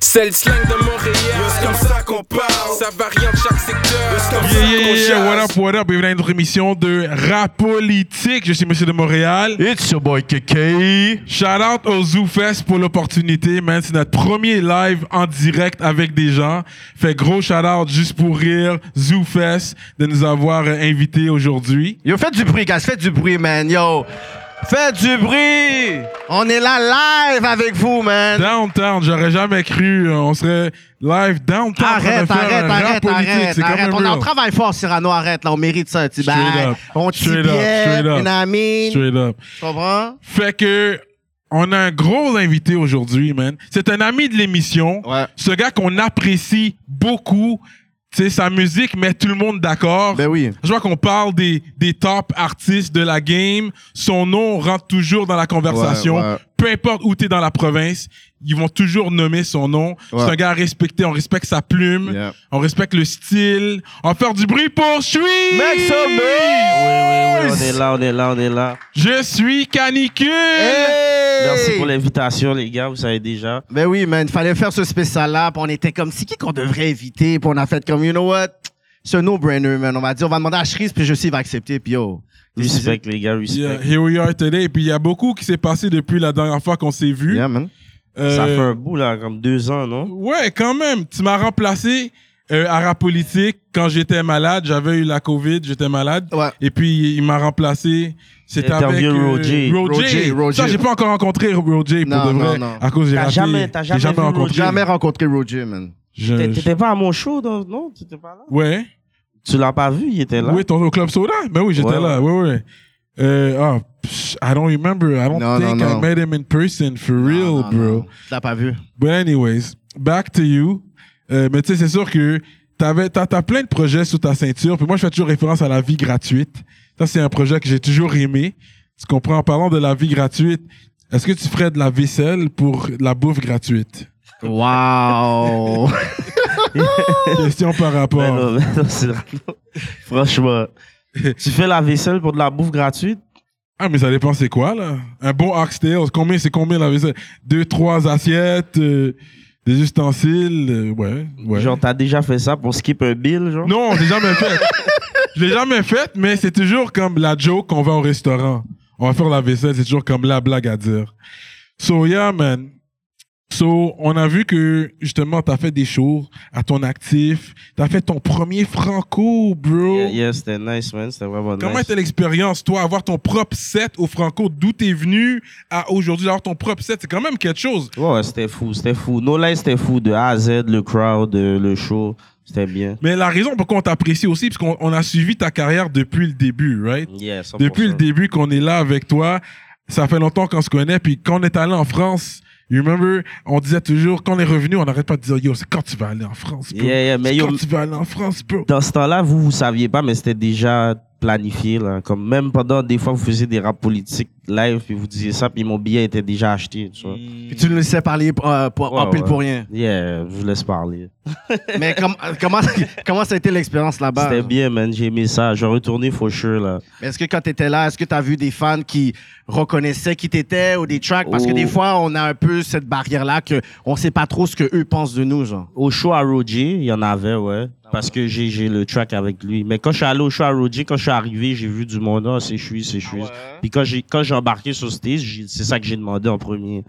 C'est le slang de Montréal. C'est comme ça qu'on parle. Ça varie en chaque secteur. C'est comme Yeah, yeah, yeah, yeah, what up, what up, bienvenue à notre émission de Rap Politique. Je suis Monsieur de Montréal. It's your boy KK. Shout out au ZooFest pour l'opportunité, man. C'est notre premier live en direct avec des gens. Fait gros shout out juste pour rire, ZooFest, de nous avoir euh, invités aujourd'hui. Yo, faites du bruit, guys. Faites du bruit, man. Yo. Faites du bruit. On est là live avec vous, man. Downtown, j'aurais jamais cru, euh, on serait live downtown. en train de Arrête, faire arrête, un rap arrête, politique. arrête, C'est quand arrête. même On en real. travaille fort, Cyrano, arrête, là. On mérite ça, tu sais, Straight ben, up, On straight up, t'y straight up. bien, amis. Straight up. Tu comprends? Fait que on a un gros invité aujourd'hui, man. C'est un ami de l'émission. Ouais. Ce gars qu'on apprécie beaucoup. Tu sais, sa musique met tout le monde d'accord. Ben oui. Je vois qu'on parle des, des top artistes de la game. Son nom rentre toujours dans la conversation. Ouais, ouais. Peu importe où tu es dans la province, ils vont toujours nommer son nom. Ouais. C'est un gars respecté. On respecte sa plume. Yeah. On respecte le style. On va faire du bruit pour Chui! Make some noise! Oui, on est là, on est là, on est là. Je suis canicule! Hey! Merci pour l'invitation, les gars, vous savez déjà. Ben oui, man, fallait faire ce spécial-là, puis on était comme, c'est qui qu'on devrait éviter, puis on a fait comme, you know what, c'est un no-brainer, man, on va dire, on va demander à Chris, puis je sais, il va accepter, puis yo. Respect, les gars, Yeah, respect. here we are today. Et puis, il y a beaucoup qui s'est passé depuis la dernière fois qu'on s'est vu. Yeah, man. Euh, Ça fait un bout, là, comme deux ans, non? Ouais, quand même. Tu m'as remplacé euh, à Rap Politique quand j'étais malade. J'avais eu la COVID, j'étais malade. Ouais. Et puis, il m'a remplacé. C'était avec Interview euh, Roger. Roger. Roger, Ça, Roger. j'ai pas encore rencontré Roger pour Non, de non, vrai. non. À cause j'ai T'as raté. jamais- t'as j'ai jamais vu rencontré. Roger. Jamais rencontré Roger, man. Je- T'é- je- T'étais pas à mon show, non? non? T'étais pas là? Ouais. Tu l'as pas vu, il était là. Oui, ton au club soda. Ben oui, j'étais Ouais. là. Ouais, ouais. Euh, ah, psh, I don't remember. I don't Non, think non, I non. met him in person for real, Non, non, bro. non. Tu l'as pas vu. But anyways, back to you. Euh, mais tu sais, c'est sûr que t'avais, t'as, t'as plein de projets sous ta ceinture. Puis moi, je fais toujours référence à la vie gratuite. Ça, c'est un projet que j'ai toujours aimé. Tu comprends? En parlant de la vie gratuite, est-ce que tu ferais de la vaisselle pour de la bouffe gratuite? Wow! Question par Mais rapport. Ben non, mais non, c'est vrai, non. Franchement. tu fais la vaisselle pour de la bouffe gratuite? Ah, mais ça dépend c'est quoi, là? Un bon oxtail, combien, c'est combien la vaisselle? Deux, trois assiettes, euh, des ustensiles, euh, ouais, ouais. Genre, t'as déjà fait ça pour skip un bill, genre? Non, je l'ai jamais fait. je l'ai jamais fait, mais c'est toujours comme la joke qu'on va au restaurant. On va faire la vaisselle, c'est toujours comme la blague à dire. So, yeah, man. So, on a vu que, justement, t'as fait des shows à ton actif. T'as fait ton premier Franco, bro. Yeah, yeah, c'était nice, man. C'était vraiment Comment nice. était l'expérience, toi, avoir ton propre set au Franco, d'où t'es venu à aujourd'hui, d'avoir ton propre set? C'est quand même quelque chose. Ouais, c'était fou, c'était fou. No Lies, c'était fou. De A à Z, le crowd, euh, le show, c'était bien. Mais la raison pourquoi on t'apprécie aussi, parce qu'on on a suivi ta carrière depuis le début, right? Yeah, 100%. Depuis le début qu'on est là avec toi, ça fait longtemps qu'on se connaît. Puis quand on est allé en France, you remember, on disait toujours, quand on est revenu, on n'arrête pas de dire, yo, c'est quand tu vas aller en France, bro. Yeah, yeah, mais C'est yo, quand tu vas aller en France, bro. dans ce temps-là, vous, vous saviez pas, mais c'était déjà planifié, là. Comme même pendant, des fois, vous faisiez des rap politiques live, puis vous disiez ça, puis mon billet était déjà acheté, tu vois. Puis tu nous laissais parler euh, pour, en Ouais, pile ouais. pour rien. Yeah, je vous laisse parler. Mais com- euh, comment, comment ça a été l'expérience là-bas? C'était bien, man, j'ai aimé ça. Je vais retourner for sure, là. Mais Est-ce que quand t'étais là, est-ce que t'as vu des fans qui reconnaissaient qui t'étais ou des tracks? Parce que Oh. des fois, on a un peu cette barrière-là que on sait pas trop ce que eux pensent de nous, genre. Au show à Roger, il y en avait, ouais. Parce que j'ai j'ai le track avec lui. Mais quand je suis allé au show à Roger, quand je suis arrivé, j'ai vu du monde. Ah, c'est Chui, c'est Chui. Puis quand j'ai quand j'ai embarqué sur stage, j'ai- c'est ça que j'ai demandé en premier.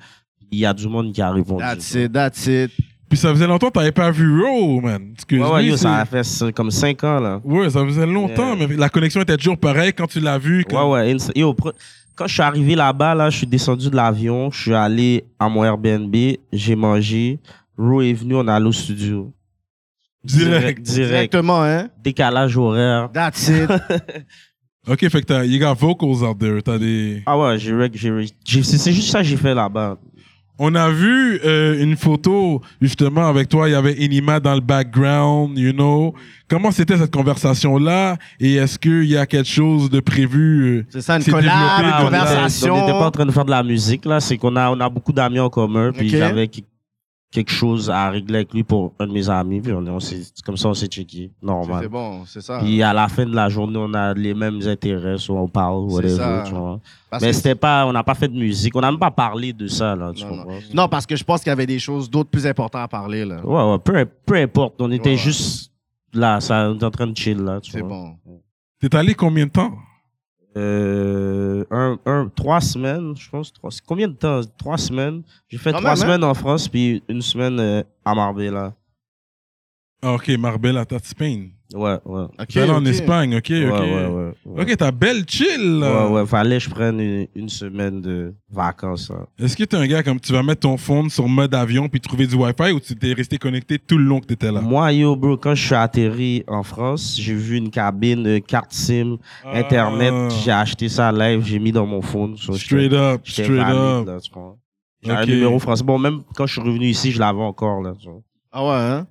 Il y a du monde qui a répondu. That's it, that's it. Puis ça faisait longtemps que t'avais pas vu Row, man. Excuse Ouais, ouais, me, yo, c'est- ça a fait ça, comme 5 ans, là. Ouais, ça faisait longtemps, mais la connexion était toujours pareille quand tu l'as vu. Ouais, comme- ouais. Insta- Yo, pre- quand je suis arrivé là-bas, là, je suis descendu de l'avion, je suis allé à mon Airbnb, j'ai mangé. Ro est venu, on est allé au studio. Direct. Direct. Directement, hein? Décalage horaire. That's it. Ok, fait que t'as, you got vocals out there. T'as des. Ah ouais, j'ai rec- j'ai rec- j'ai- c'est c'est juste ça que j'ai fait là-bas. On a vu euh, une photo justement avec toi. Il y avait Inima dans le background, you know. Comment c'était cette conversation là Et est-ce qu'il y a quelque chose de prévu C'est ça, une C'est collab, développé, une on Ah, était- On conversation. n'était pas en train de faire de la musique, là. C'est qu'on a, on a beaucoup d'amis en commun, puis Ok. j'avais qui- quelque chose à régler avec lui pour un de mes amis. Puis on, on s'est- comme ça, on s'est checké. Normal. C'est bon, hein. c'est ça. Puis à la fin de la journée, on a les mêmes intérêts, soit on parle, C'est whatever. ça. Tu vois. Parce Mais que- c'était pas, on n'a pas fait de musique, on n'a même pas parlé de ça, là, tu non, non. comprends? Non, parce que je pense qu'il y avait des choses d'autres plus importantes à parler, là. Ouais, ouais, peu, peu importe, on était Ouais, ouais. juste là, ça, on était en train de chill, là, tu C'est vois. bon. T'es allé combien de temps? Euh, un, un, trois semaines, je pense. Trois, combien de temps? Trois semaines. J'ai fait Quand trois même, hein? semaines en France, puis une semaine euh, à Marbella. Ah, ok, Marbella, t'as de Spain. Ouais, ouais. Ok, T'es allé en ok. Espagne, ok, ouais, ok. ouais, ouais, ouais. Ok, t'as belle chill. là. Ouais, ouais, fallait que je prenne une, une semaine de vacances. hein. Est-ce que t'es un gars comme tu vas mettre ton phone sur mode avion puis trouver du Wi-Fi ou tu t'es resté connecté tout le long que t'étais là? Moi, yo, bro, quand je suis atterri en France, j'ai vu une cabine, euh, carte SIM, Internet. Ah, J'ai acheté ça live, j'ai mis dans mon phone. so j'étais- Straight up, j'étais straight valide, up. là, tu comprends? J'ai Ok. un numéro français. Bon, même quand je suis revenu ici, je l'avais encore, là, tu vois. Ah ouais, hein?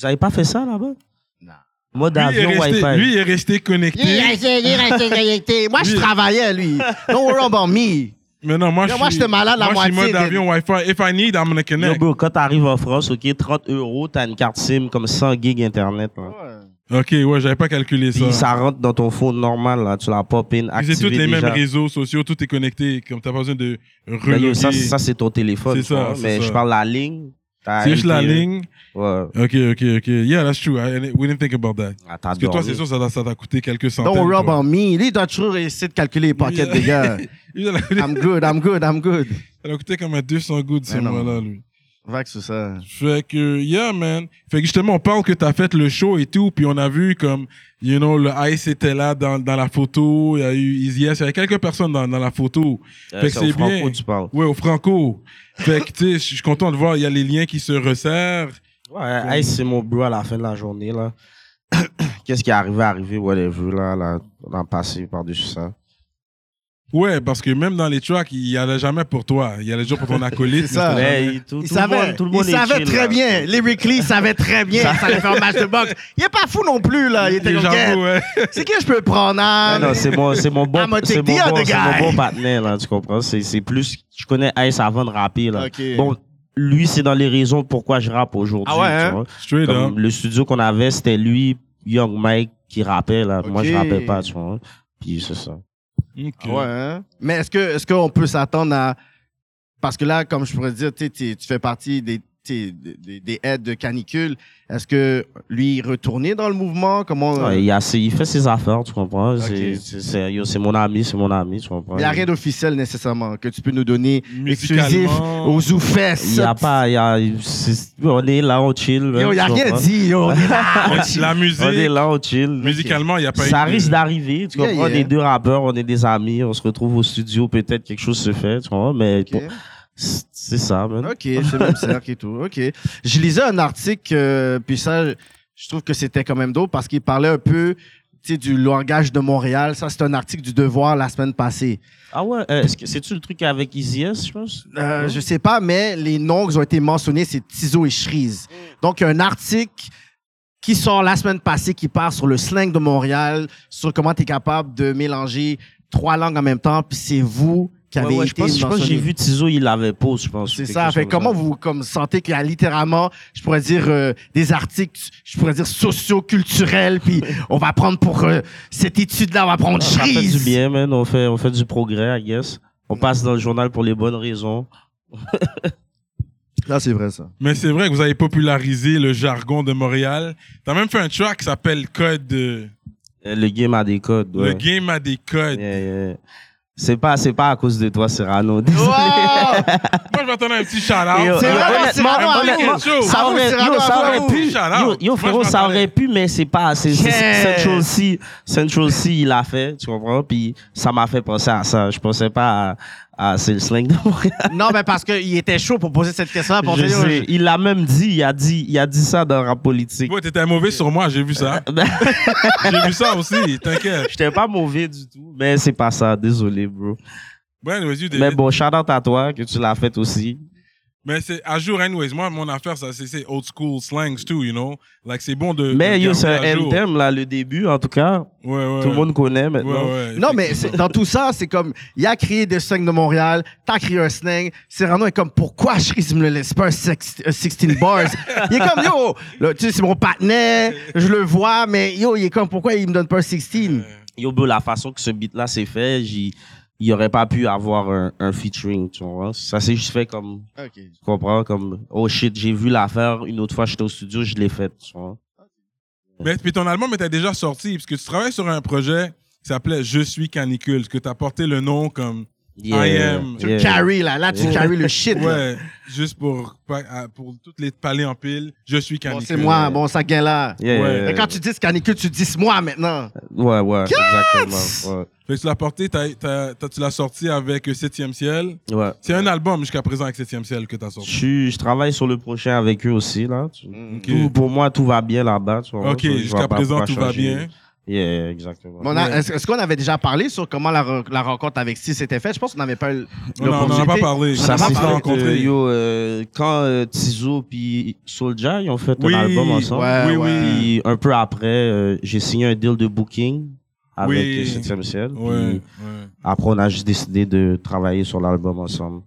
Vous avez pas fait ça là-bas? Non. Mode Lui, il est avion resté- Wi-Fi. lui, il est resté connecté. Il restait- il restait connecté. Moi, je Lui- travaillais, lui. Don't worry about me. Mais non, moi, Yo, je moi, suis- j'étais malade la moi, je suis moitié mode des- avion Wi-Fi. If I need, I'm gonna Yo, connect. bro, quand t'arrives en France, ok, 30 euros, t'as une carte SIM comme 100 gigs internet. là. Ok, ouais, j'avais pas calculé Puis ça. ça rentre dans ton phone normal, là. Tu la pop in, Ils ont tous activé les mêmes déjà. réseaux sociaux, tout est connecté. Comme t'as pas besoin de Ben, yo, reloguer. ça, ça c'est ton téléphone. C'est tu ça, vois, c'est mais ça. je parle la ligne. t'as C'est juste la LTE. ligne. Ouais. Ok, ok, ok. Yeah, that's true. I- we didn't think about that. Ah, Parce que toi, c'est sûr, ça t'a- ça t'a coûté quelques centaines. Don't worry toi. about me. Lui, il doit toujours essayer de calculer les pockets Oui. des gars. Ça I'm good, I'm good, I'm good. t'a coûté comme un 200 gouttes, ce Mais non. mois-là, lui. Vague sur ça. Fait que, yeah, man. Fait que justement, on parle que t'as fait le show et tout, puis on a vu comme, you know, le Ice était là dans, dans la photo, il y a eu Easy S, il y a quelques personnes dans, dans la photo. Fait que Eh, c'est au c'est Franco, bien. tu parles. Ouais, au Franco. Fait que, tu sais, je suis content de voir, il y a les liens qui se resserrent. Ouais, hey, c'est mon bro à la fin de la journée, là. Qu'est-ce qui est arrivé, arrivé, whatever, là, là. On a passé par-dessus ça. Ouais, parce que même dans les tracks, il y allait jamais pour toi. Il y allait toujours pour ton acolyte. C'est ça. mais c'était Mais jamais- Ah, il- tout, Il tout le savait, monde- tout le monde il est savait chill, très là. bien. Lyrically, il savait très bien. Ça allait faire un match de boxe. Il est pas fou non plus, là. Il était Les comme, jambes, Get, ouais. c'est qui je peux prendre, hein? Ah non, c'est mon, c'est mon bon, I'm a c'est take mon the bon, other c'est mon guy. bon partenaire, là, tu comprends? C'est, c'est plus, je connais Ice avant de rapper, là. Ok. Bon, lui, c'est dans les raisons pourquoi je rappe aujourd'hui, Ah ouais, tu hein? vois. Straight Comme up. le studio qu'on avait, c'était lui, Young Mike, qui rappait, là. Moi, je Ok. rappais pas, tu vois. Puis c'est ça. Ok. Ah ouais, hein? Mais est-ce que est-ce qu'on peut s'attendre à. Parce que là, comme je pourrais dire, tu sais, tu tu fais partie des, tu sais, des, des- des aides de canicule. Est-ce que lui, retourner dans le mouvement? Comment. Ouais, il, a ses- il fait ses affaires, tu comprends? C'est, Ok. c'est, c'est- yo, c'est mon ami, c'est mon ami, tu comprends? Il n'y a rien d'officiel nécessairement que tu peux nous donner exclusif Musicalement. aux oufesses. Il y a pas, il y a, c'est- on est là, on chill. Yo, hein, il a tu rien comprends? dit. Yo, on est là. La On est musique. là, on chill. Musicalement, il n'y a pas eu. ça de- risque d'arriver, tu Yeah, comprends? yeah. On est deux rappeurs, on est des amis, on se retrouve au studio, peut-être quelque chose se fait, tu comprends? Mais Ok, bon, c'est c'est ça, man. Ok, c'est le même cercle et tout. Ok. Je lisais un article, euh, puis ça, je trouve que c'était quand même d'autres parce qu'il parlait un peu tu sais, du langage de Montréal. Ça, c'est un article du Devoir la semaine passée. Ah ouais, euh, est-ce que c'est-tu le truc avec Easy S, je pense? Euh, je sais pas, mais les noms qui ont été mentionnés, c'est Tizo et Shreeze. Donc, il y a un article qui sort la semaine passée qui part sur le slang de Montréal, sur comment tu es capable de mélanger trois langues en même temps, puis c'est vous qui avez Ouais, ouais, je été pense, je pense que j'ai mentionné. vu Tizo, il l'avait pas, je pense. C'est quelque ça. chose Fait comme comment vous comme sentez qu'il y a littéralement, je pourrais dire euh, des articles, je pourrais dire socio-culturels, puis on va prendre pour euh, cette étude-là, on va prendre Ah, Ça fait du Shreeze. bien, man. On fait, on fait du progrès, I guess. On passe dans le journal pour les bonnes raisons. Là, c'est vrai ça. Mais c'est vrai que vous avez popularisé le jargon de Montréal. T'as même fait un track qui s'appelle Code. euh, Euh, Le game a des codes, Le ouais. game a des codes. Yeah, yeah. C'est pas, c'est pas à cause de toi, Serrano. Oh, Désolé. Moi, je m'attendais à un petit Et, euh, shout-out. C'est euh, vrai, honnêtement, c'est vraiment honnêtement, avec quelque chose. ça Bravo, aurait, Cyrano, yo, ça bravo. aurait pu. Shout-out. Yo, yo, Moi, frérot, je ça m'attendais. aurait pu, mais c'est pas. C'est, c'est- Yes. Central C, Central C, il a fait, tu comprends? Puis ça m'a fait penser à ça. Je pensais pas à, à c'est le slang de Montréal. non, mais parce qu'il était chaud pour poser cette question-là. pour Je dire, sais. Il l'a même dit. Il a dit, il a dit ça dans rap politique. Ouais, t'étais mauvais sur moi, j'ai vu ça. Ben, J'ai vu ça aussi, t'inquiète. J'étais pas mauvais du tout, mais c'est pas ça. Désolé, bro. Ouais, anyways, you did Mais it. bon, shout out à toi que tu l'as fait aussi. Mais c'est à jour, anyways. Moi, mon affaire, ça, c'est- c'est old school slangs, too, you know? Like, c'est bon de. Mais de yo, garder c'est à un jour. thème, là, le début, en tout cas. Ouais, ouais. Tout le monde connaît Ouais, maintenant. ouais. Non, mais c'est- dans tout ça, c'est comme, il a créé des slangs de Montréal, t'as créé un slang. Cyrano est comme, pourquoi Chris me le laisse pas un, sex- un 16 bars? il est comme, yo, le- tu sais, c'est mon partenaire, je le vois, mais yo, il est comme, pourquoi il me donne pas un 16? Yo, bro, la façon que ce beat-là s'est fait, j'y- il n'y aurait pas pu avoir un, un featuring, tu vois. Ça s'est juste fait comme, tu comprends, comme, oh shit, j'ai vu l'affaire, une autre fois, j'étais au studio, je l'ai faite, tu vois. Mais puis ton album était déjà sorti, parce que tu travailles sur un projet qui s'appelait Je suis canicule, parce que t'as porté le nom comme. Yeah, am- Tu yeah. carry, là, là, tu Yeah. carry le shit, là. Ouais, juste pour, pas- à- pour toutes les palais en pile, Je suis Bon, canicule. c'est moi, bon, ça gagne là. Yeah, Ouais. yeah, Mais quand tu dis canicule, tu dis moi maintenant. Ouais, ouais, exactement. Fait que tu l'as porté, t'as- t'as- t'as- tu l'as sorti avec 7 Ciel. Ouais. ouais. C'est un album jusqu'à présent avec 7 Ciel que t'as Je, sorti. suis- je travaille sur le prochain avec eux aussi, là. Tu- tout- pour moi, tout va bien là-bas, tu vois. Ok, Je vois jusqu'à pas présent pourquoi tout va changer. bien. Yeah, exactement. Mais on a- Est-ce est-ce qu'on avait déjà parlé sur comment la, re- la rencontre avec Si s'était faite? Je pense qu'on n'avait pas eu On n'en a pas l'opportunité. parlé. Ça On s'est s'est fait, euh, rencontrés. yo, euh, quand euh, Tizo puis Soulja ils ont fait Oui, un album ensemble. Ouais, oui, ouais. oui. Puis un peu après, euh, j'ai signé un deal de booking avec Oui. euh, 7e Ciel. Puis Ouais, ouais. après, on a juste décidé de travailler sur l'album ensemble.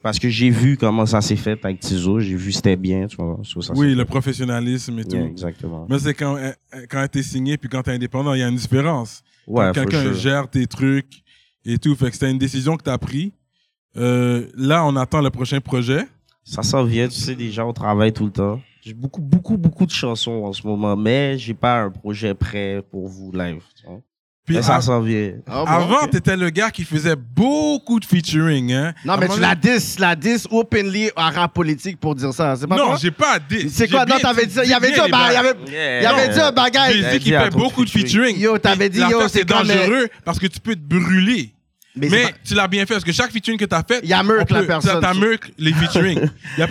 Parce que j'ai vu comment ça s'est fait avec Tizo, j'ai vu c'était bien, tu vois. so ça Oui, s'est le fait. professionnalisme et Yeah, tout. exactement. Mais c'est quand, euh, euh, quand t'es signé puis quand t'es indépendant, il y a une différence. Ouais, Quand quelqu'un for sure. gère tes trucs et tout. Fait que c'était une décision que t'as pris. Euh, là, on attend le prochain projet. Ça s'en vient, tu sais, déjà, on travaille tout le temps. J'ai beaucoup, beaucoup, beaucoup de chansons en ce moment, mais j'ai pas un projet prêt pour vous live. tu vois. Puis Mais ça av- s'en vient. Ah, bon, avant, ok. t'étais le gars qui faisait beaucoup de featuring. Hein. Non, À un mais tu moment la dis, la dis openly à rap politique pour dire ça. hein, C'est pas donné- Non, toi? j'ai pas dit. C'est quoi? J'ai Non, bien- t'avais dit, il y j'ai avait bien dit, un les ba- bails. il y avait, il y avait dit un bagage. J'ai dit qu'il dit à fait ton beaucoup de featuring. Yo, t'avais dit, yo, L'affaire, c'est c'est comme, euh, dangereux parce que tu peux te brûler. Mais, Mais c'est pas- tu l'as bien fait parce que chaque featuring que t'as fait, Il y a meurtre, on peut- la personne. Euh, T'as meurtre les featuring.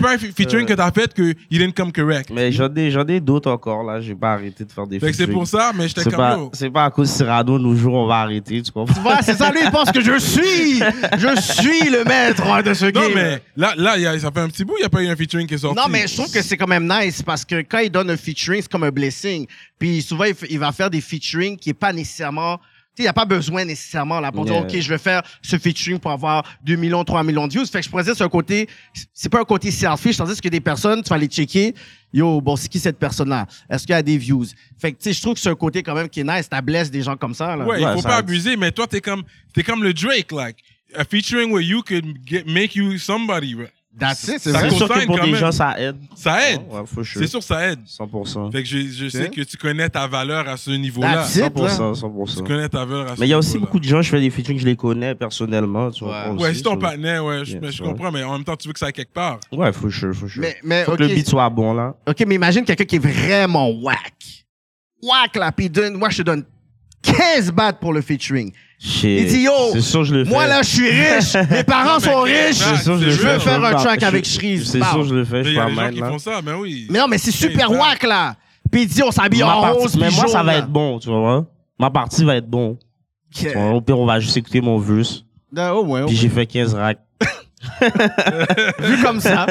Il y a pas un fe- featuring que t'as fait que il didn't come correct. Mais j'en ai, j'en ai d'autres encore, là. J'ai pas arrêté de faire des Fait que c'est featuring. pour ça, mais j'étais C'est comme pas, yo. c'est pas à cause de Cyrano, nos jours, on va arrêter, tu comprends? Voilà, c'est ça, lui, il pense que je suis, je suis le maître de ce Non, game. mais là, là il y a- ça fait un petit bout, il n'y a pas eu un featuring qui est sorti. Non, mais je trouve que c'est quand même nice parce que quand il donne un featuring, c'est comme un blessing. Puis souvent, il, f- il va faire des featuring qui est pas nécessairement. Tu sais, il n'y a pas besoin nécessairement là, pour dire, Yeah. OK, je vais faire ce featuring pour avoir 2 millions, 3 millions de views. Fait que je pourrais dire, c'est un côté. C'est pas un côté selfish, tandis que des personnes, tu vas les checker. Yo, bon, c'est qui cette personne-là? Est-ce qu'il y a des views? Fait que, tu sais, je trouve que c'est un côté quand même qui est nice. Ça blesse des gens comme ça, là. Ouais, il Ouais, faut ça pas a- abuser, mais toi, t'es comme, t'es comme le Drake, like. A featuring where you could get- make you somebody, right? That's it, c'est Ça vrai. C'est sûr que consigne pour quand des même. gens, ça aide. Ça aide. Ouais, for sure. C'est sûr, ça aide. 100%. Fait que je, je sais Ok. que tu connais ta valeur à ce niveau-là. That's it, là. 100%, Tu 100%. connais ta valeur à ce niveau-là. Mais il y a aussi beaucoup de gens, je fais des featuring, je les connais personnellement, tu Ouais. comprends? Ouais, aussi, c'est ton so- partenaire, ouais, je, Yeah, mais je ouais. comprends, mais en même temps, tu veux que ça aille quelque part. Ouais, for sure, for sure. Mais, mais, Faut OK. que le beat soit bon, là. OK, mais imagine quelqu'un qui est vraiment whack. Whack, là, puis il donne, moi, je te donne 15 bahts pour le featuring. Shit. Il dit, yo, C'est sûr, je le fais. Moi, là, je suis riche. Mes parents Non, mais sont quel riches. track, C'est sûr, je Ah, c'est le sûr. fais. Je veux faire un pas- track je- avec Shreeze. C'est Bam. sûr, je le fais, je Mais il suis y a pas des gens mal, qui là. font ça, mais oui. Mais non, mais c'est super 15 bahts. whack, là. Puis il dit, on s'habille Ma en partie- rose, mais puis moi, ça jaune, va là. être bon, tu vois. hein. Ma partie va être bon. Ok. Tu vois, Au pire, on va juste écouter mon verse. Ah, oh, ouais, oh, Puis j'ai fait 15 racks. Vu comme ça.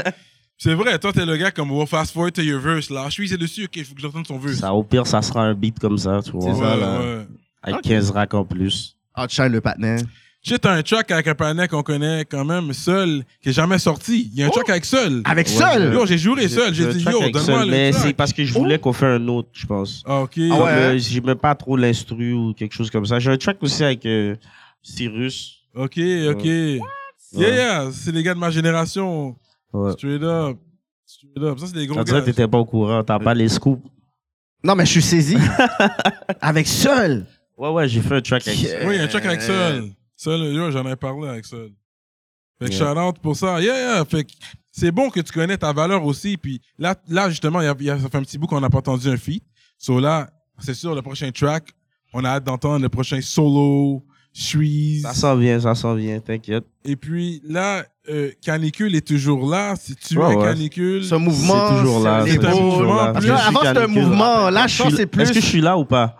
C'est vrai, toi, t'es le gars comme, well, fast forward to your verse, là. Je suis dessus, ok, faut que j'entende son verse. Ça, au pire, ça sera un beat comme ça, tu vois. C'est ça, là. ouais. Avec Ok. 15 racks en plus. Outshine Ah, le patin. Tu sais, t'as un track avec un panel qu'on connaît quand même, Seul, qui est jamais sorti. Oh! Il y a un track avec Seul. Avec Ouais, seul. Yo, j'ai juré Seul. J'ai le dit, track yo, avec donne-moi seul, le Mais c'est track. parce que je voulais qu'on fait un autre, je pense. Ah, ok. Ah Comme, ouais, euh, hein? J'ai même pas trop l'instru ou quelque chose comme ça. J'ai un track aussi avec euh, Cyrus. Ok, ok. Yeah, Ouais. yeah, c'est les gars de ma génération. Ouais. Ah, Straight up. Straight up. Ça, c'est des gros On dirait gars. que t'étais pas au courant, t'as pas les scoops. Non, mais je suis saisi. Avec seul. Ouais, ouais, j'ai fait un track avec Yeah. Seul. Oui, il y a un track avec Seul. Seul, yo, j'en ai parlé avec Seul. Fait que Yeah. shout-out pour ça. Yeah, yeah. Fait que c'est bon que tu connais ta valeur aussi. Puis là, là justement, il y a- il y a- ça fait un petit bout qu'on n'a pas entendu un feat. So là, c'est sûr, le prochain track, on a hâte d'entendre le prochain solo, Shreeze. Ça s'en vient, ça s'en vient, t'inquiète. Et puis là, euh, Canicule est toujours là. Si tu Ouais, es ouais. Canicule, Ce mouvement. C'est toujours là, les c'est mots. toujours là. Là, avant, c'était un Canicule. Ah, mouvement. Là, je pense Je que suis- c'est plus. Est-ce que je suis là ou pas?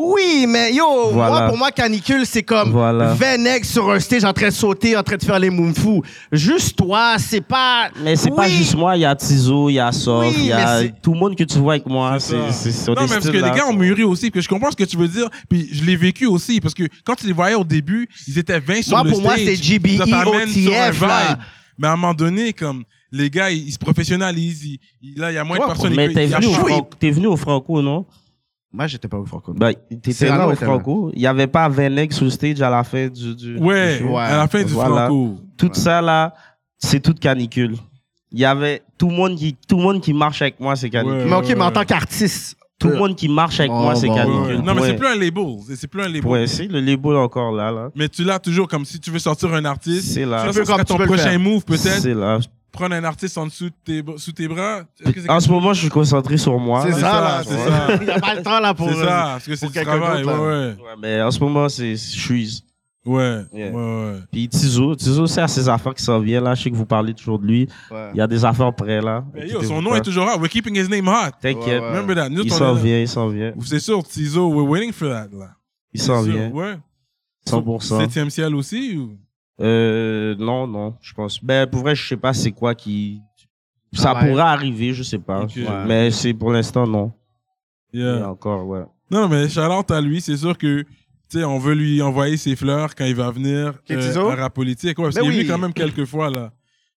Oui, mais yo, Voilà. moi, pour moi, canicule, c'est comme Voilà. 20 nègres sur un stage en train de sauter, en train de faire les moumfous. Juste toi, c'est pas. Mais c'est pas Oui. juste moi, il y a Tizo, il y a Sof, Oui, il y mais a c'est- tout le monde que tu vois avec moi. C'est c'est- c'est- on Non, est mais parce still que les là. gars ont mûri aussi, que je comprends ce que tu veux dire, puis je l'ai vécu aussi, parce que quand tu les voyais au début, ils étaient 20 sur Moi, le pour moi, stage, c'est E JBE, ça t'amène sur un OTF, là. vibe. Mais à un moment donné, comme, les gars, ils, ils se professionnalisent, ils- ils- là, il y a moins de Ouais, personnes. Mais ils- t'es ils- venu, au ils- Fran- t'es venu au Franco, non? Moi, j'étais pas au Franco. Bah, t'étais Cyrano là au était là. Franco. Il y avait pas 20 nègres sur le stage à la fin du. du Ouais, Ouais, à la fin du voilà. Franco. Tout ça là, c'est toute canicule. Il y avait tout le monde qui, tout le monde qui marche avec moi, c'est canicule. mais ok, ouais, mais en ouais. tant qu'artiste, Tout le monde qui marche avec Oh, moi, c'est bon, Ouais, canicule. ouais. Non, mais Ouais. c'est plus un label. c'est- C'est plus un label. Ouais, c'est le label encore là, là. Mais tu l'as toujours comme si tu veux sortir un artiste. C'est là. Ça, Tu ce peux sera comme- ton tu peux le prochain faire. move, peut-être. C'est là. Prendre un artiste en dessous de tes, br- sous tes bras. Est-ce que c'est En ce moment, je suis concentré sur moi. c'est c'est ça, ça, Ah, là. c'est ça. Il n'y a pas le temps, là, pour. C'est euh, ça, parce que c'est pour du quelqu'un travail. d'autre, Ouais, Ouais, mais en ce moment, c'est, je suis. ouais. Ouais, Yeah. ouais, ouais. Puis Tizo, Tizo, c'est à ses affaires qui s'en viennent là. Je sais que vous parlez toujours de lui. Ouais. Il y a des affaires près là. Mais yo, Inquiétez-vous son nom pas. est toujours hot. We're keeping his name hot. T'inquiète. Ouais, ouais. Remember that. Nous, Il on s'en est là. vient, il s'en vient. C'est sûr, Tizo, we're waiting for that, là. Il s'en C'est sûr, vient. Ouais. 100%. Septième ciel aussi ou? Euh, non, non, je pense. Ben, pour vrai, je sais pas c'est quoi qui. Ça Ah ouais. pourrait arriver, je sais pas. Ok. Ouais. Mais c'est pour l'instant, non. Yeah. Et encore, ouais. Non, non, mais shout-out à lui. C'est sûr que, tu sais, on veut lui envoyer ses fleurs quand il va venir euh, Qui est Tizo? à la politique. Ouais, parce Ben qu'il est oui. venu quand même quelques fois, là.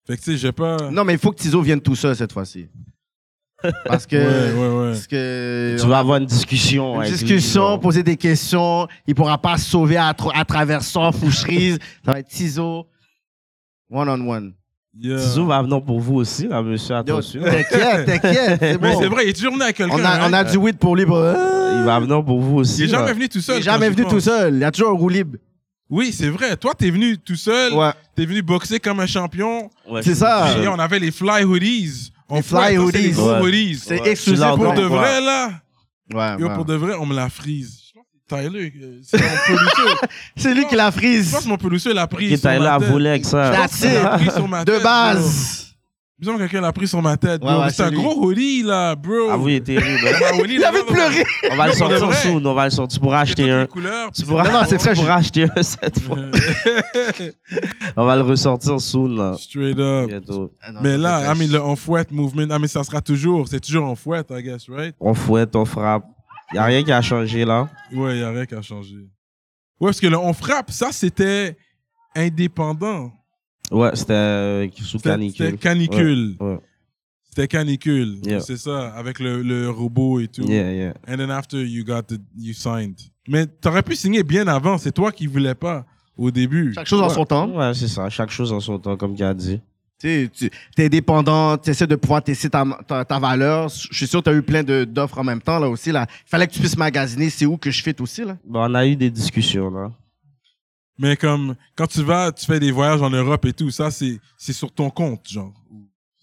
Fait que, tu sais, j'ai pas... Non, mais il faut que Tizo vienne tout seul cette fois-ci. Parce que. ouais, ouais, ouais. Parce que. Tu vas avoir une discussion. Une avec lui, discussion, genre. poser des questions. Il pourra pas se sauver à, tra- à travers son foucherise. ça va être Tizo. One on one. Yeah. Tizo va venir pour vous aussi, là, monsieur. Yo, Attention. T'inquiète, t'inquiète. C'est Mais bon. c'est vrai, il est toujours venu avec quelqu'un. On a, hein. on a du weed pour lui. bro. Il va venir pour vous aussi. Il est là. jamais venu tout Il seul. est jamais quand j'y venu tout pense. seul. Il y a toujours un roue libre. Oui, c'est vrai. Toi, t'es venu tout seul. Ouais. T'es venu boxer comme un champion. Ouais, C'est ça. Puis, on avait les fly hoodies. On Les fouette, fly ça, c'est les hoodies. gros Ouais. hoodies. C'est Ah, Ouais. exclusif Tu l'as Pour pour de Ouais. vrai, là. Ouais, Yo, ouais. pour de vrai, on me la frise. Je pense que c'est Tyler, euh, c'est mon polluteur. C'est lui qui la Je frise. pense que mon polluteur l'a pris. Qui sur est ma là à tête. voler avec ça. That's Il l'a it. pris sur ma De tête, bro. base. Il me semble que quelqu'un l'a pris sur ma tête, bro. Ouais, ouais, Mais c'est c'est un lui. gros hoodie, là, bro. Ah oui, il est terrible. hein. Un hoodie, Il là, avait dans- pleuré. On va Non, le pour de sortir vrai. soon. On va le sortir. Tu pourras acheter toutes les un. couleurs, Tu puis pourras, Non, non, c'est tu vrai, je- pourras acheter un cette fois. On va le ressortir soon, là. Straight up. Bientôt. Mais là, I mean, le on fouette movement, I mean, ça sera toujours, c'est toujours en fouette, I guess, right? On fouette, on frappe. Y a rien qui a changé, là. Ouais, y a rien qui a changé. Ouais, parce que le on frappe, ça, c'était indépendant. Ouais, c'était euh, sous C'était canicule. c'était canicule. Ouais, ouais. C'était canicule. Yeah. C'est ça, avec le, le robot et tout. Yeah, yeah. And then after, you got the, you signed. Mais t'aurais pu signer bien avant, c'est toi qui voulais pas au début. Chaque chose en Ouais. son temps. Ouais, c'est ça. Chaque chose en son temps, comme Gad dit. Tu sais, tu es dépendant, tu essaies de pouvoir tester ta, ta, ta valeur. Je suis sûr que tu as eu plein de- d'offres en même temps, là aussi. Là. fallait que tu puisses magasiner, c'est où que je fit aussi, là. Bon, on a eu des discussions, là. Mais comme, quand tu vas, tu fais des voyages en Europe et tout, ça, c'est c'est sur ton compte, genre.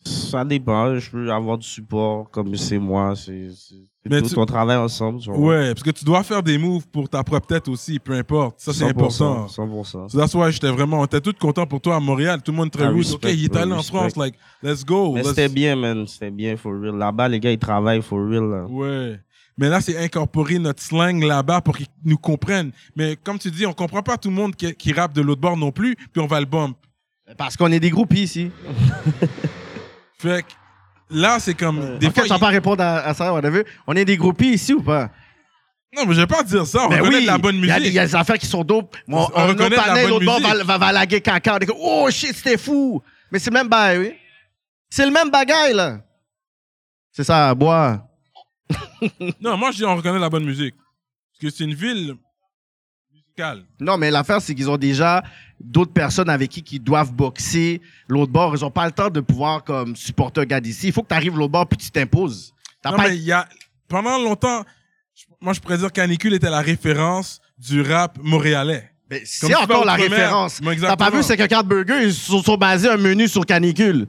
Ça dépend. Je peux avoir du support, comme c'est moi. C'est c'est- c'est Mais tout. tu- On travaille ensemble. tu vois. Ouais, parce que tu dois faire des moves pour ta propre tête aussi, peu importe. Ça, c'est 100%, important. 100%. So that's why j'étais vraiment, on était tous contents pour toi à Montréal. Tout le monde très Ah, rude. respect, Ok, il est bro, allé en respect. France, like, let's go. Mais let's- c'était bien, man. C'était bien, for real. Là-bas, les gars, ils travaillent, for real. hein. là. Ouais. Mais là, c'est incorporer notre slang là-bas pour qu'ils nous comprennent. Mais comme tu dis, on comprend pas tout le monde qui, qui rappe de l'autre bord non plus, puis on va le bump. Parce qu'on est des groupies ici. Fait que là, c'est comme. Des fois, en fait, je il- vais pas répondre à, à ça, on a vu. On est des groupies ici ou pas? Non, mais je vais pas dire ça. On Ben reconnaît de la bonne il y a des- Il musique. y a des affaires qui sont dope. Mon- On un autre reconnaît de la panel, bonne l'autre bord va, musique. va valaguer caca. On est comme, oh shit, c'était fou. Mais c'est le même bail, oui. C'est le même bagaille, là. C'est ça, bois. Non, moi, je dis on reconnaît la bonne musique. Parce que c'est une ville musicale. Non, mais l'affaire, c'est qu'ils ont déjà d'autres personnes avec qui ils doivent boxer l'autre bord. Ils ont pas le temps de pouvoir comme supporter un gars d'ici. Il faut que tu arrives l'autre bord puis tu t'imposes. T'as Non, pas- mais il y a, pendant longtemps, je- moi, je pourrais dire Canicule était la référence du rap montréalais. Mais Comme C'est tu vas encore la outre-mer, référence. moi, T'as pas exactement. vu, c'est que Carte Burger, ils se sont, sont basés un menu sur canicule.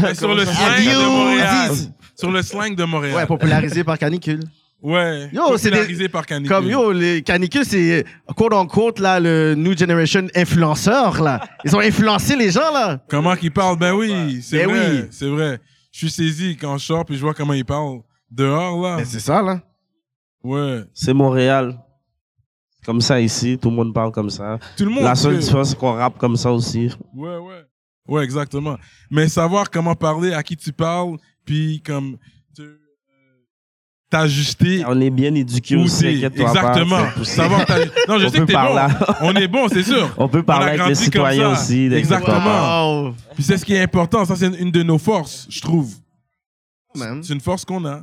Mais sur le slang Adieu, oh, de Montréal. dis. Sur le slang de Montréal. Ouais, popularisé par canicule. Ouais. Yo, c'est des- popularisé par Canicule. Comme yo, les canicules, c'est quote en quote là, le New Generation influenceur là. Ils ont influencé les gens là. Comment qu'il parle? Ben oui, c'est Ben vrai. oui. C'est vrai. Je suis saisi quand je sors puis je vois comment il parle dehors, là. Mais c'est ça là. Ouais. C'est Montréal. Comme ça ici, tout le monde parle comme ça. Tout le monde. La seule fait. différence, c'est qu'on rappe comme ça aussi. Ouais, ouais. Ouais, exactement. Mais savoir comment parler, à qui tu parles, puis comme te- euh, t'ajuster. On est bien éduqués où Ah, aussi, t'es. inquiète-toi pas. Exactement. C'est poussé. Savoir t'aj- Non, je On sais que peut t'es parler, bon. à- On est bon, c'est sûr. on peut parler a avec les grandi comme citoyens ça. aussi. inquiète-toi Exactement. pas. Wow, Puis c'est ce qui est important. Ça, c'est une- une de nos forces, je trouve. man. C'est une force qu'on a.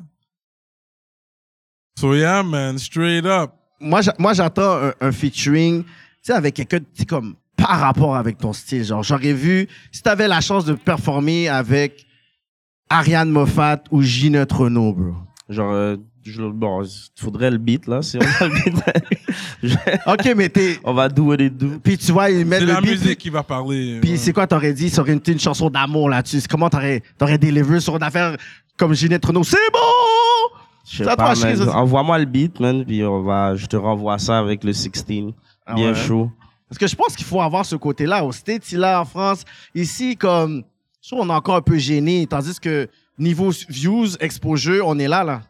So yeah, man, straight up. Moi, j'a- moi, j'attends un, un featuring, tu sais, avec quelqu'un, tu sais, comme par rapport avec ton style. Genre, j'aurais vu, si t'avais la chance de performer avec Ariane Moffat ou Ginette Renault, bro. Genre, euh, je- bon, faudrait le beat, là, si on a le beat. OK, mais t'es... on va do what it do. Puis tu vois, ils mettent C'est Ben, le la beat, musique qui va parler. euh, Puis Ouais. c'est quoi, t'aurais dit, ça aurait été une chanson d'amour là-dessus. C'est Comment t'aurais, t'aurais délivré sur une affaire comme Ginette Renault? C'est bon! Je sais Ça, toi, pas, chérie, man. ça, c'est- Envoie-moi le beat, man, puis on va, je te renvoie ça avec le 16. Ah bien ouais. chaud. Parce que je pense qu'il faut avoir ce côté-là. Au States, il a en France. Ici, comme, je trouve qu'on est encore un peu gêné. Tandis que niveau views, exposure, on est là, là.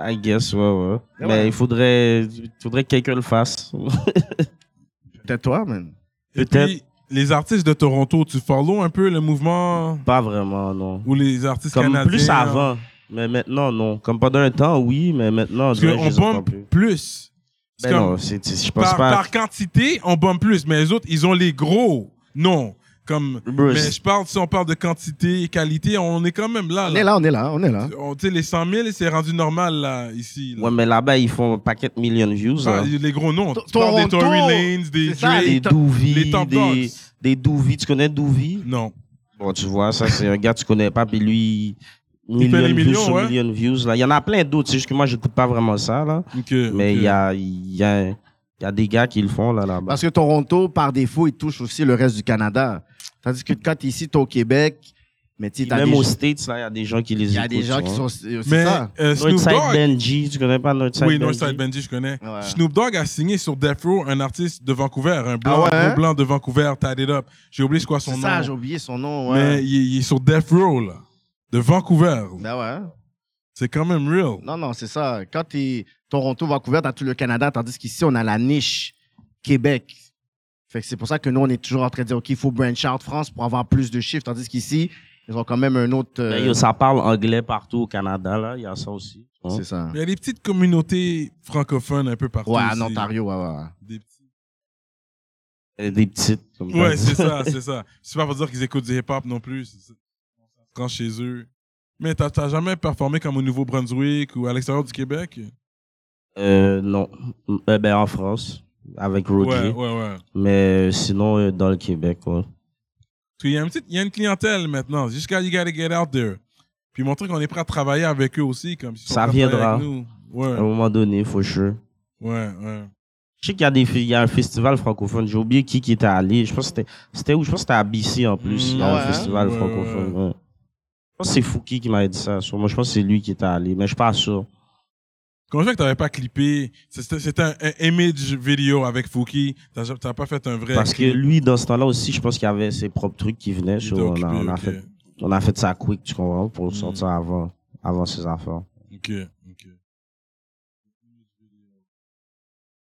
I guess, ouais, ouais. Mais Mais, ouais. il faudrait, il faudrait que quelqu'un le fasse. Peut-être toi, man. Et peut-être. puis, les artistes de Toronto, tu follow un peu le mouvement pas vraiment, non. ou les artistes Comme canadiens? hein? plus avant. Mais maintenant, non. Comme pendant un temps, oui, mais maintenant, Parce on dirait que je qu'on les entends bombe plus. plus. C'est Ben comme, non, c'est, c'est- je pense par, pas. par quantité, on bombe plus, mais les autres, ils ont les gros. Non. Comme, Bro, mais c'est- je parle, si on parle de quantité et qualité, on est quand même là. On est là. là, hein? on est là, on est là. On- Tu sais, les 100 000, c'est rendu normal, là, ici. là. Ouais, mais là-bas, ils font un paquet de millions de views. Ah, là. les gros noms. Tu parles des Toronto, Tory Lanez, des c'est ça, Drake. Des to- Douvi, les Top des, Dogs. des Douvi. Tu connais Douvi? Non. Bon, tu vois, ça, c'est un gars que tu connais pas, puis lui, fait millions les de views millions, sur ouais. millions de views. Là. Il y en a plein d'autres, c'est juste que moi, j'écoute pas vraiment ça, là. Ok, Mais ok. il y, a, il y, a, il y a des gars qui le font, là, là-bas. Parce que Toronto, par défaut, il touche aussi le reste du Canada. Tandis que quand t'es ici, t'es au Québec, mais tu sais, Puis t'as Même des aux gens- States, là, il y a des gens qui les il y écoutent. a des gens tu qui sont. vois. C'est Mais ça. euh, Snoop Northside Dogg. Benji, tu connais pas Northside Oui, Benji? Northside Benji, je connais. Ouais. Snoop Dogg a signé sur Death Row un artiste de Vancouver, un blanc, Ah ouais? gros blanc de Vancouver, tied it up. J'ai oublié c'est quoi son C'est nom. ça, j'ai oublié son nom. Mais Ouais. il, est- il est sur Death Row, là. De Vancouver. Ben ouais. C'est quand même real. Non, non, c'est ça. Quand t'es Toronto, Vancouver, t'as tout le Canada, tandis qu'ici, on a la niche Québec. Fait que c'est pour ça que nous, on est toujours en train de dire, OK, il faut branch out France pour avoir plus de chiffres, tandis qu'ici, ils ont quand même un autre. euh, Ben, yo, ça parle anglais partout au Canada, là. Il y a ça aussi. Hein? c'est ça. Il y a des petites communautés francophones un peu partout. Ouais, en aussi. Ontario, ouais, ouais. ouais. Des petits- Et Des petites. Comme ça. Ouais, c'est ça, c'est ça. C'est pas pour dire qu'ils écoutent du hip-hop non plus. c'est ça. Ils rentrent chez eux. Mais t'as t'as jamais performé comme au Nouveau-Brunswick ou à l'extérieur du Québec? Euh, non. Euh, ben, en France, avec Ouais, Roger. ouais, ouais. Mais euh, sinon, euh, dans le Québec, ouais. Parce qu'il y a une petite- il y a une clientèle maintenant. Jusqu'à you gotta get out there. Puis montrer qu'on est prêt à travailler avec eux aussi, comme si Ça Oh. viendra. Ouais, À un moment donné, for sure. ouais, ouais. Je sais qu'il y a, des, fi- il y a un festival francophone. J'ai oublié qui, qui était allé. Je pense que c'était- c'était où? Je pense que c'était à BC en plus. Mm, il y a ouais, un hein? festival Ouais, francophone. ouais. Je pense que c'est Fouki qui m'a dit ça. sûrement. Moi, je pense que c'est lui qui était allé. Mais je suis pas sûr. Comment ça fait que t'avais pas clippé C'était c'était un, un image vidéo avec Fouki. T'as t'as pas fait un vrai. Parce que clip. lui, dans ce temps-là aussi, je pense qu'il y avait ses propres trucs qui venaient. Il so, était on, occupé, a, on a ok. fait, on a fait ça quick, tu comprends, pour Mm. sortir avant, avant ses affaires. Ok, ok.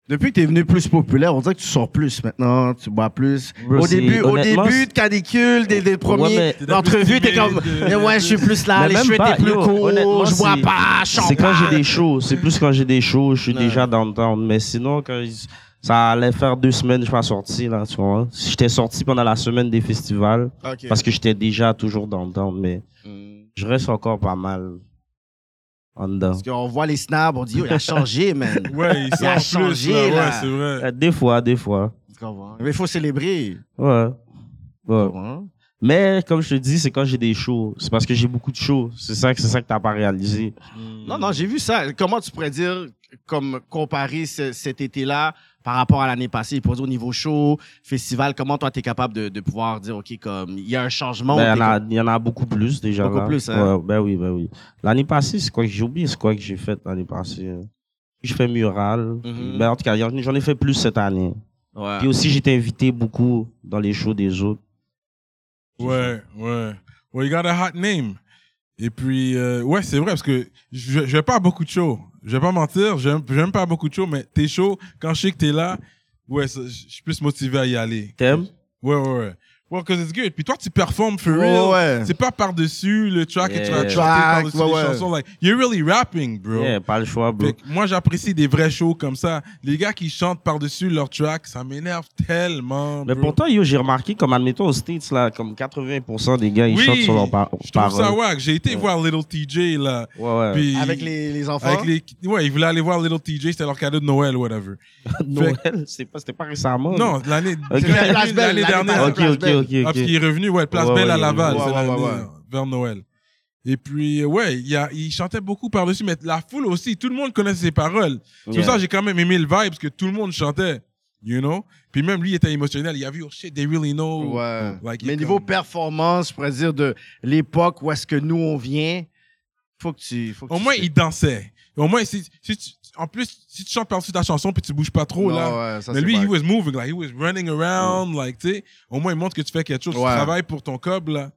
Depuis que t'es venu plus populaire, on dirait que tu sors plus maintenant, tu bois plus. Bro, au c'est- début, au honnêtement, début de canicule, des, des premiers mais- T'étais entrevues, plus t'es comme, timide, Eh euh, ouais, je suis plus là, Mais les même cheveux pas, étaient plus yo, courts, honnêtement, je bois c'est- pas, C'est quand j'ai champagne. des shows. C'est plus quand j'ai des shows, je suis déjà dans le temps. Mais sinon, quand ils- ça allait faire deux semaines, je suis pas sorti, là, tu vois. J'étais sorti pendant la semaine des festivals Ok. parce que j'étais déjà toujours dans le temps, mais Mm. je reste encore pas mal en dedans. Parce qu'on voit les snaps, on dit, oh, il a changé, man. Ouais, il Il a sort changé, plus. Là. là. Ouais, c'est vrai. Euh, Des fois, des fois. Tu comprends? Mais il faut célébrer. Ouais. Ouais. Hein? Mais comme je te dis, c'est quand j'ai des shows. C'est parce que j'ai beaucoup de shows. C'est ça que c'est ça que t'as pas réalisé. Non, non, j'ai vu ça. Comment tu pourrais dire, comme comparer ce- cet été-là par rapport à l'année passée, pour dire au niveau show, festival, comment toi, tu es capable de, de pouvoir dire, OK, comme il y a un changement. Ah, ou Ben, il, y en a, il y en a beaucoup plus déjà. Beaucoup là. plus, hein. Ouais, ben oui, ben oui. L'année passée, c'est quoi que j'ai oublié, c'est quoi que j'ai fait l'année passée. hein. J'ai fait mural. Mm-hmm. Mhm. Ben, en tout cas, j'en j'en ai fait plus cette année. t'es- Ouais. Puis aussi, j'étais invité beaucoup dans les shows des autres. Ouais, ouais. Well, you got a hot name. Et puis, euh, ouais, c'est vrai, parce que je, je vais pas à beaucoup de shows. je vais pas mentir, j'aime j'aime pas beaucoup de shows, mais tes shows, quand je sais que t'es là, ouais, ça- je suis plus motivé à y aller. T'aimes? Ouais, ouais, ouais. Well, cause it's good. Puis toi, tu performes for Ouais, real. ouais. C'est pas par-dessus le track et tu vas Yeah. chanter Track, par-dessus ouais, les ouais. chansons. Like, you're really rapping, bro. Yeah, pas le choix, bro. Fait que moi, j'apprécie des vrais shows comme ça. Les gars qui chantent par-dessus leur track, ça m'énerve tellement. Mais bro. pourtant, yo, j'ai remarqué, comme admettons aux States, là, comme 80% des gars, ils Oui, chantent sur leur par je trouve parole. ça wack. J'ai été voir Little TJ là. ouais, ouais. Puis- Avec les, les enfants. avec les- Ouais, ils voulaient aller voir Little TJ, c'était leur cadeau de Noël, whatever. Noël, c'était pas, c'était pas récemment. là. Non, l'année Oh, Ok. c'est l'année- Place Belle, l'année l'année dernière. passée. Ok, ok, ok. Ah, parce ok. qu'il est revenu, ouais, Place Ouais, Belle ouais, à il est Laval, revenu. c'est Ouais, ouais, l'année, ouais, ouais. vers Noël. Et puis, euh, ouais, il, y a, il chantait beaucoup par-dessus, mais la foule aussi, tout le monde connaissait ses paroles. C'est pour Yeah. ça que j'ai quand même aimé le vibe, parce que tout le monde chantait, you know? Puis même lui, il était émotionnel, il a vu, oh shit, they really know. Ouais. Like, il Mais est niveau comme- performance, je pourrais dire de l'époque où est-ce que nous on vient, faut que tu. Faut que Au tu moins, sais. il dansait. Au moins, si, si tu- en plus, si tu chantes par-dessus ta chanson, puis tu bouges pas trop, Non, là, ouais, ça, hein. Mais c'est lui, pas- he was moving, like he was running around, like, tu sais, au moins il montre que tu fais quelque chose, Ouais. Mm. tu travailles pour ton cob, là.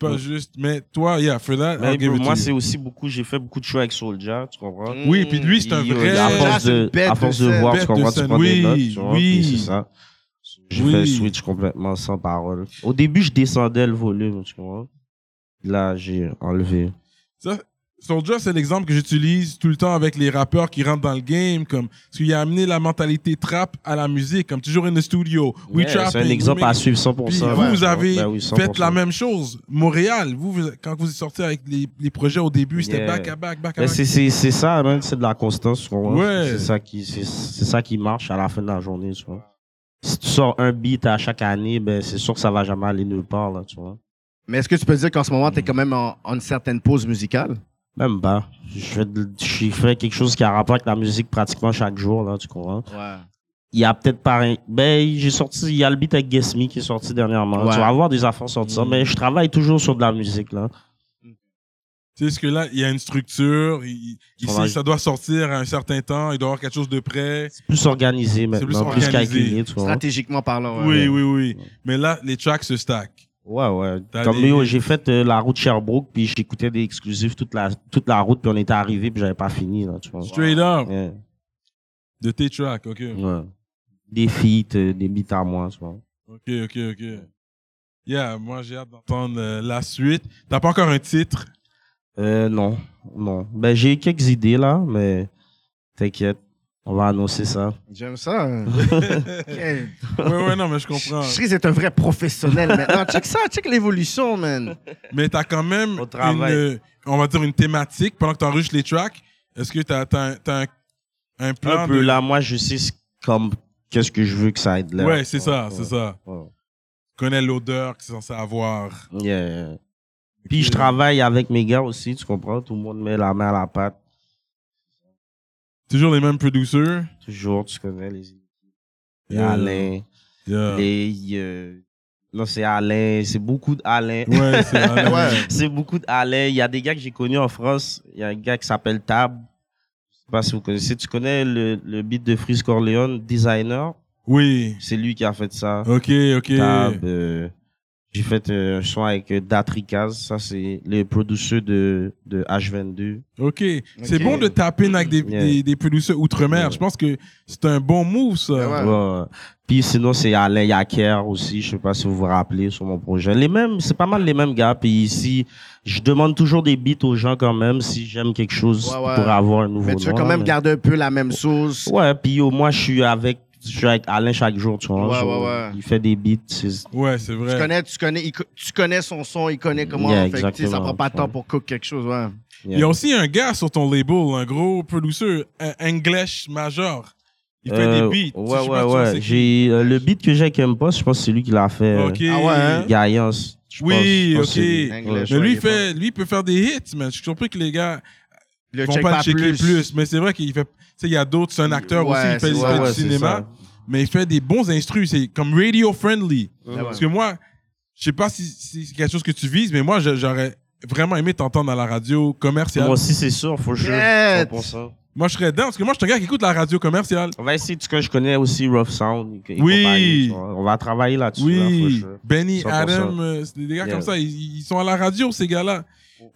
Pas Ouais. juste, mais toi, yeah, for that, Mais I'll give bro, it moi, to c'est you. aussi beaucoup, j'ai fait beaucoup de shows avec Soulja, tu comprends? Mm. Oui, puis lui, c'est un Puis, euh, vrai. À force Soulja, c'est de, une bête à de force de scène. voir, Bête tu comprends, de tu scène, prends des oui, notes, tu vois, oui. puis c'est ça. J'ai Oui. fait le switch complètement sans parole. Au début, je descendais le volume, tu comprends? Là, j'ai enlevé. Ça, Soulja, c'est l'exemple que j'utilise tout le temps avec les rappeurs qui rentrent dans le game, comme, parce qu'il a amené la mentalité trap à la musique, comme toujours in the studio. we Yeah, trapping, c'est un we exemple making- à suivre 100%. Puis ouais, vous tu vois. avez Ben oui, fait la 100%. même chose. Montréal, vous, vous- quand vous êtes sorti avec les, les projets au début, c'était Yeah. back à back, back à Mais back. c'est, c'est, c'est ça, man, c'est de la constance, tu comprends? Ouais. C'est ça qui, c'est, c'est ça qui marche à la fin de la journée, tu vois. Si tu sors un beat à chaque année, ben, c'est sûr que ça va jamais aller nulle part, là, tu vois. Mais est-ce que tu peux dire qu'en ce Mm. moment, tu es quand même en, en une certaine pause musicale? Même pas. Je fais, de- je fais quelque chose qui a rapport avec la musique pratiquement chaque jour, là, tu comprends? Ouais. Il y a peut-être pas un- Ben, j'ai sorti, il y a le beat avec Guess Me qui est sorti dernièrement. Ouais. Tu vas avoir des affaires sorties, ça, mais je travaille toujours sur de la musique, là. Tu sais, ce que là, il y a une structure, il, il Ça sait va- que ça doit sortir à un certain temps, il doit avoir quelque chose de prêt. C'est plus organisé maintenant, plus, organisé. calculé, tu vois. Stratégiquement parlant. ouais. Oui, oui, oui. Ouais. Mais là, les tracks se stack. Ouais, ouais. T'as Comme des- yo, j'ai fait euh, la route Sherbrooke, puis j'écoutais des exclusifs toute la, toute la route, puis on était arrivé, puis j'avais pas fini, là, tu vois. Straight up, Ouais, de tes tracks, ok. ouais. Des feats, euh, des beats à moi, tu vois. Ok, ok, ok. Yeah, moi, j'ai hâte d'entendre euh, la suite. T'as pas encore un titre? Euh, non, non. Ben, j'ai quelques idées, là, mais t'inquiète, on va annoncer ça. J'aime ça. Ok. Ouais, ouais, non, mais je comprends. Cerise est un vrai professionnel maintenant. check ça, check l'évolution, man. Mais t'as quand même Au une, travail. euh, on va dire, une thématique pendant que t'enregistres les tracks. Est-ce que t'as, t'as, un- t'as un, un plan Un peu, de... là, moi, je sais ce- comme qu'est-ce que je veux que ça aide, là. Ouais, c'est ça, ouais. c'est ça. Ouais. Connais l'odeur que c'est censé avoir. Yeah, yeah. Puis Ok. je travaille avec mes gars aussi, tu comprends? Tout le monde met la main à la pâte. Toujours les mêmes producers. Toujours, tu connais les... Et Yeah. Alain, Yeah. les... euh, Non, c'est Alain, c'est beaucoup d'Alain. Ouais, c'est Alain. Ouais. C'est beaucoup d'Alain. Il y a des gars que j'ai connus en France. Il y a un gars qui s'appelle Tab. Je sais pas si vous connaissez. Tu connais le, le beat de Freeze Corleone, designer. Oui. C'est lui qui a fait ça. Ok, ok. Tab. euh, j'ai fait euh, un son avec euh, Datrikaz. Ça, c'est le producteur de, de H22. Ok. C'est Ok. bon de taper avec des, Yeah. des, des producers outre-mer. Yeah. Je pense que c'est un bon move, ça. Ouais. Ouais. Puis sinon, c'est Alain Yaker aussi. Je sais pas si vous vous rappelez sur mon projet. Les mêmes, c'est pas mal les mêmes gars. Puis ici, je demande toujours des beats aux gens quand même si j'aime quelque chose Ouais, ouais. pour avoir un nouveau Mais tu veux nom, quand même mais- garder un peu la même sauce. Ouais, puis au moins, je suis avec, je suis avec Alain chaque jour, tu vois. Ouais, Je- ouais, ouais. Il fait des beats. c'est- Ouais, c'est vrai. Tu connais, tu connais, il co- tu connais son son, il connaît comment. Yeah, fait que, tu sais, ça exactement, prend pas de temps ouais. pour cook quelque chose, ouais. Il y a aussi un gars sur ton label, un gros producer, un English major. Il fait des Euh, beats. Ouais, Je sais ouais, pas euh, si tu sais ouais. J'ai euh, le beat que j'ai avec M-Post, je pense que c'est lui qui l'a fait. Ok. Ah ouais, hein? Yeah. Gaillance. je pense. Oui, Je pense ok. que c'est lui. Anglais, je Mais lui, voyais il fait, lui, il peut faire des hits, man. Je suis surpris que les gars Le vont pas le checker plus. Mais c'est vrai qu'il fait, tu sais, il y a d'autres, c'est un acteur Ouais, aussi, il fait, c'est il ça, fait ouais, du cinéma. mais il fait des bons instrus. C'est comme radio friendly. Ouais. Parce que moi, je sais pas si, si c'est quelque chose que tu vises, mais moi, je- j'aurais vraiment aimé t'entendre à la radio commerciale. Moi, Moi aussi, c'est sûr, faut sure. Yes. 100%. je serais dedans, parce que moi, je suis un gars qui écoute la radio commerciale. On va essayer, tu connais, je connais aussi Rough Sound. et- et Oui. compagnie, tu vois. On va travailler là-dessus. là, for Oui, sure. Benny, 100%. Adam, euh, c'est des gars Yeah. comme ça, ils, ils sont à la radio, ces gars-là.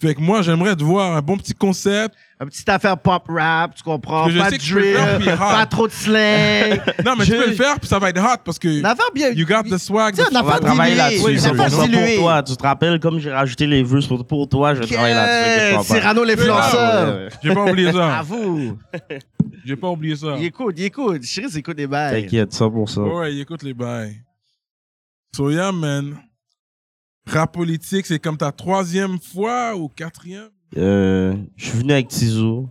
Fait que moi, j'aimerais te voir un bon petit concept. Une petite affaire pop rap, tu Parce comprends? que je Oh, Pas sais de que tu peux le faire, Ah. drill, puis hot. pas trop de slang. Non, mais tu Je- peux le faire, puis ça va être hot parce que Une affaire bien. you got the swag. Tu sais, the on a On va pas travailler dilué. là-dessus. Oui, ça on va va pas être diluer. pour toi. Tu te rappelles, comme j'ai rajouté les vœux pour, pour toi, je vais travailler là-dessus. Yeah, avec ton père. Cyrano Ouais, l'influenceur. ouais, ouais. J'ai pas oublié À ça. vous. J'ai pas oublié ça. Ah, Il écoute, il écoute. Chérie, il écoute des bails. T'inquiète, 100%. Ouais, il écoute les bails. So yeah, man. Rap politique, c'est comme ta troisième fois ou quatrième? Euh, je suis venu avec Tizou.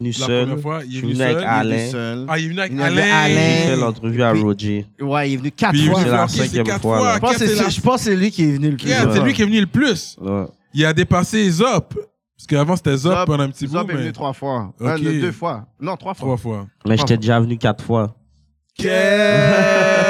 Je suis La venu seul. première fois, il je est suis venu venu avec seul. Alain. Il est seul. Ah, il est venu avec Il y avait Alain. J'ai Alain. fait l'entrevue à Puis- Roger. Ouais, il est venu quatre Puis il est fois. venu C'est la voir qui, c'est cinquième quatre fois, fois. là. Je pense, Quatre, que c'est la- c'est- je pense que c'est lui qui est venu le plus. Yeah, souvent. c'est lui qui est venu le plus. Ouais. Il a dépassé Zop. Parce qu'avant, c'était Zop Zop, pendant un petit Zop bout, est venu mais trois fois. Ok. Un, deux fois. Non, trois fois. trois fois. Mais j'étais déjà venu quatre fois. Yeah!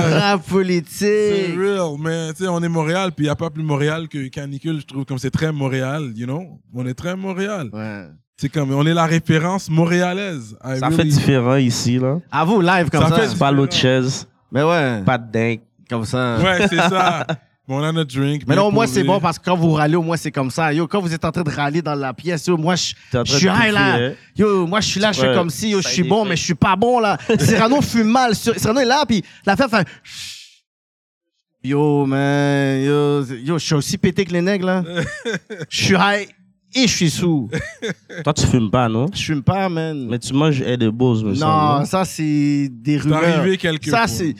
Rap C'est politique. real, mais tu sais, on est Montréal, puis il n'y a pas plus Montréal que Canicule, je trouve, comme c'est très Montréal, you know? On est très Montréal. Ouais. C'est comme, on est la référence montréalaise. I Ça really- fait différent ici, là. À vous, live comme Ça ça. fait- C'est pas l'autre chaise, Mais ouais, pas de dingue. comme ça. Ouais, c'est ça. Bon, on a notre drink. Mais bien non, au moins, posé. c'est bon parce que quand vous râlez, au moins, c'est comme ça. Yo, quand vous êtes en train de râler dans la pièce, yo, moi, je T'es en je train de suis high bouffer, là. hein. Yo, moi, je suis là, je fais Ouais. comme si, yo, je Ça suis y est, bon, fait. mais je suis pas bon là. Cyrano fume mal. Cyr- Cyrano est là, puis la femme fait. Chut. Yo, man, yo, yo, je suis aussi pété que les nègres là. Je suis high et je suis sous. Toi, tu fumes pas, non? Je fume pas, man. Mais tu manges hey, de Bose, me Non, semble. ça, c'est des C'est rumeurs. arrivé quelque Ça, fois. c'est.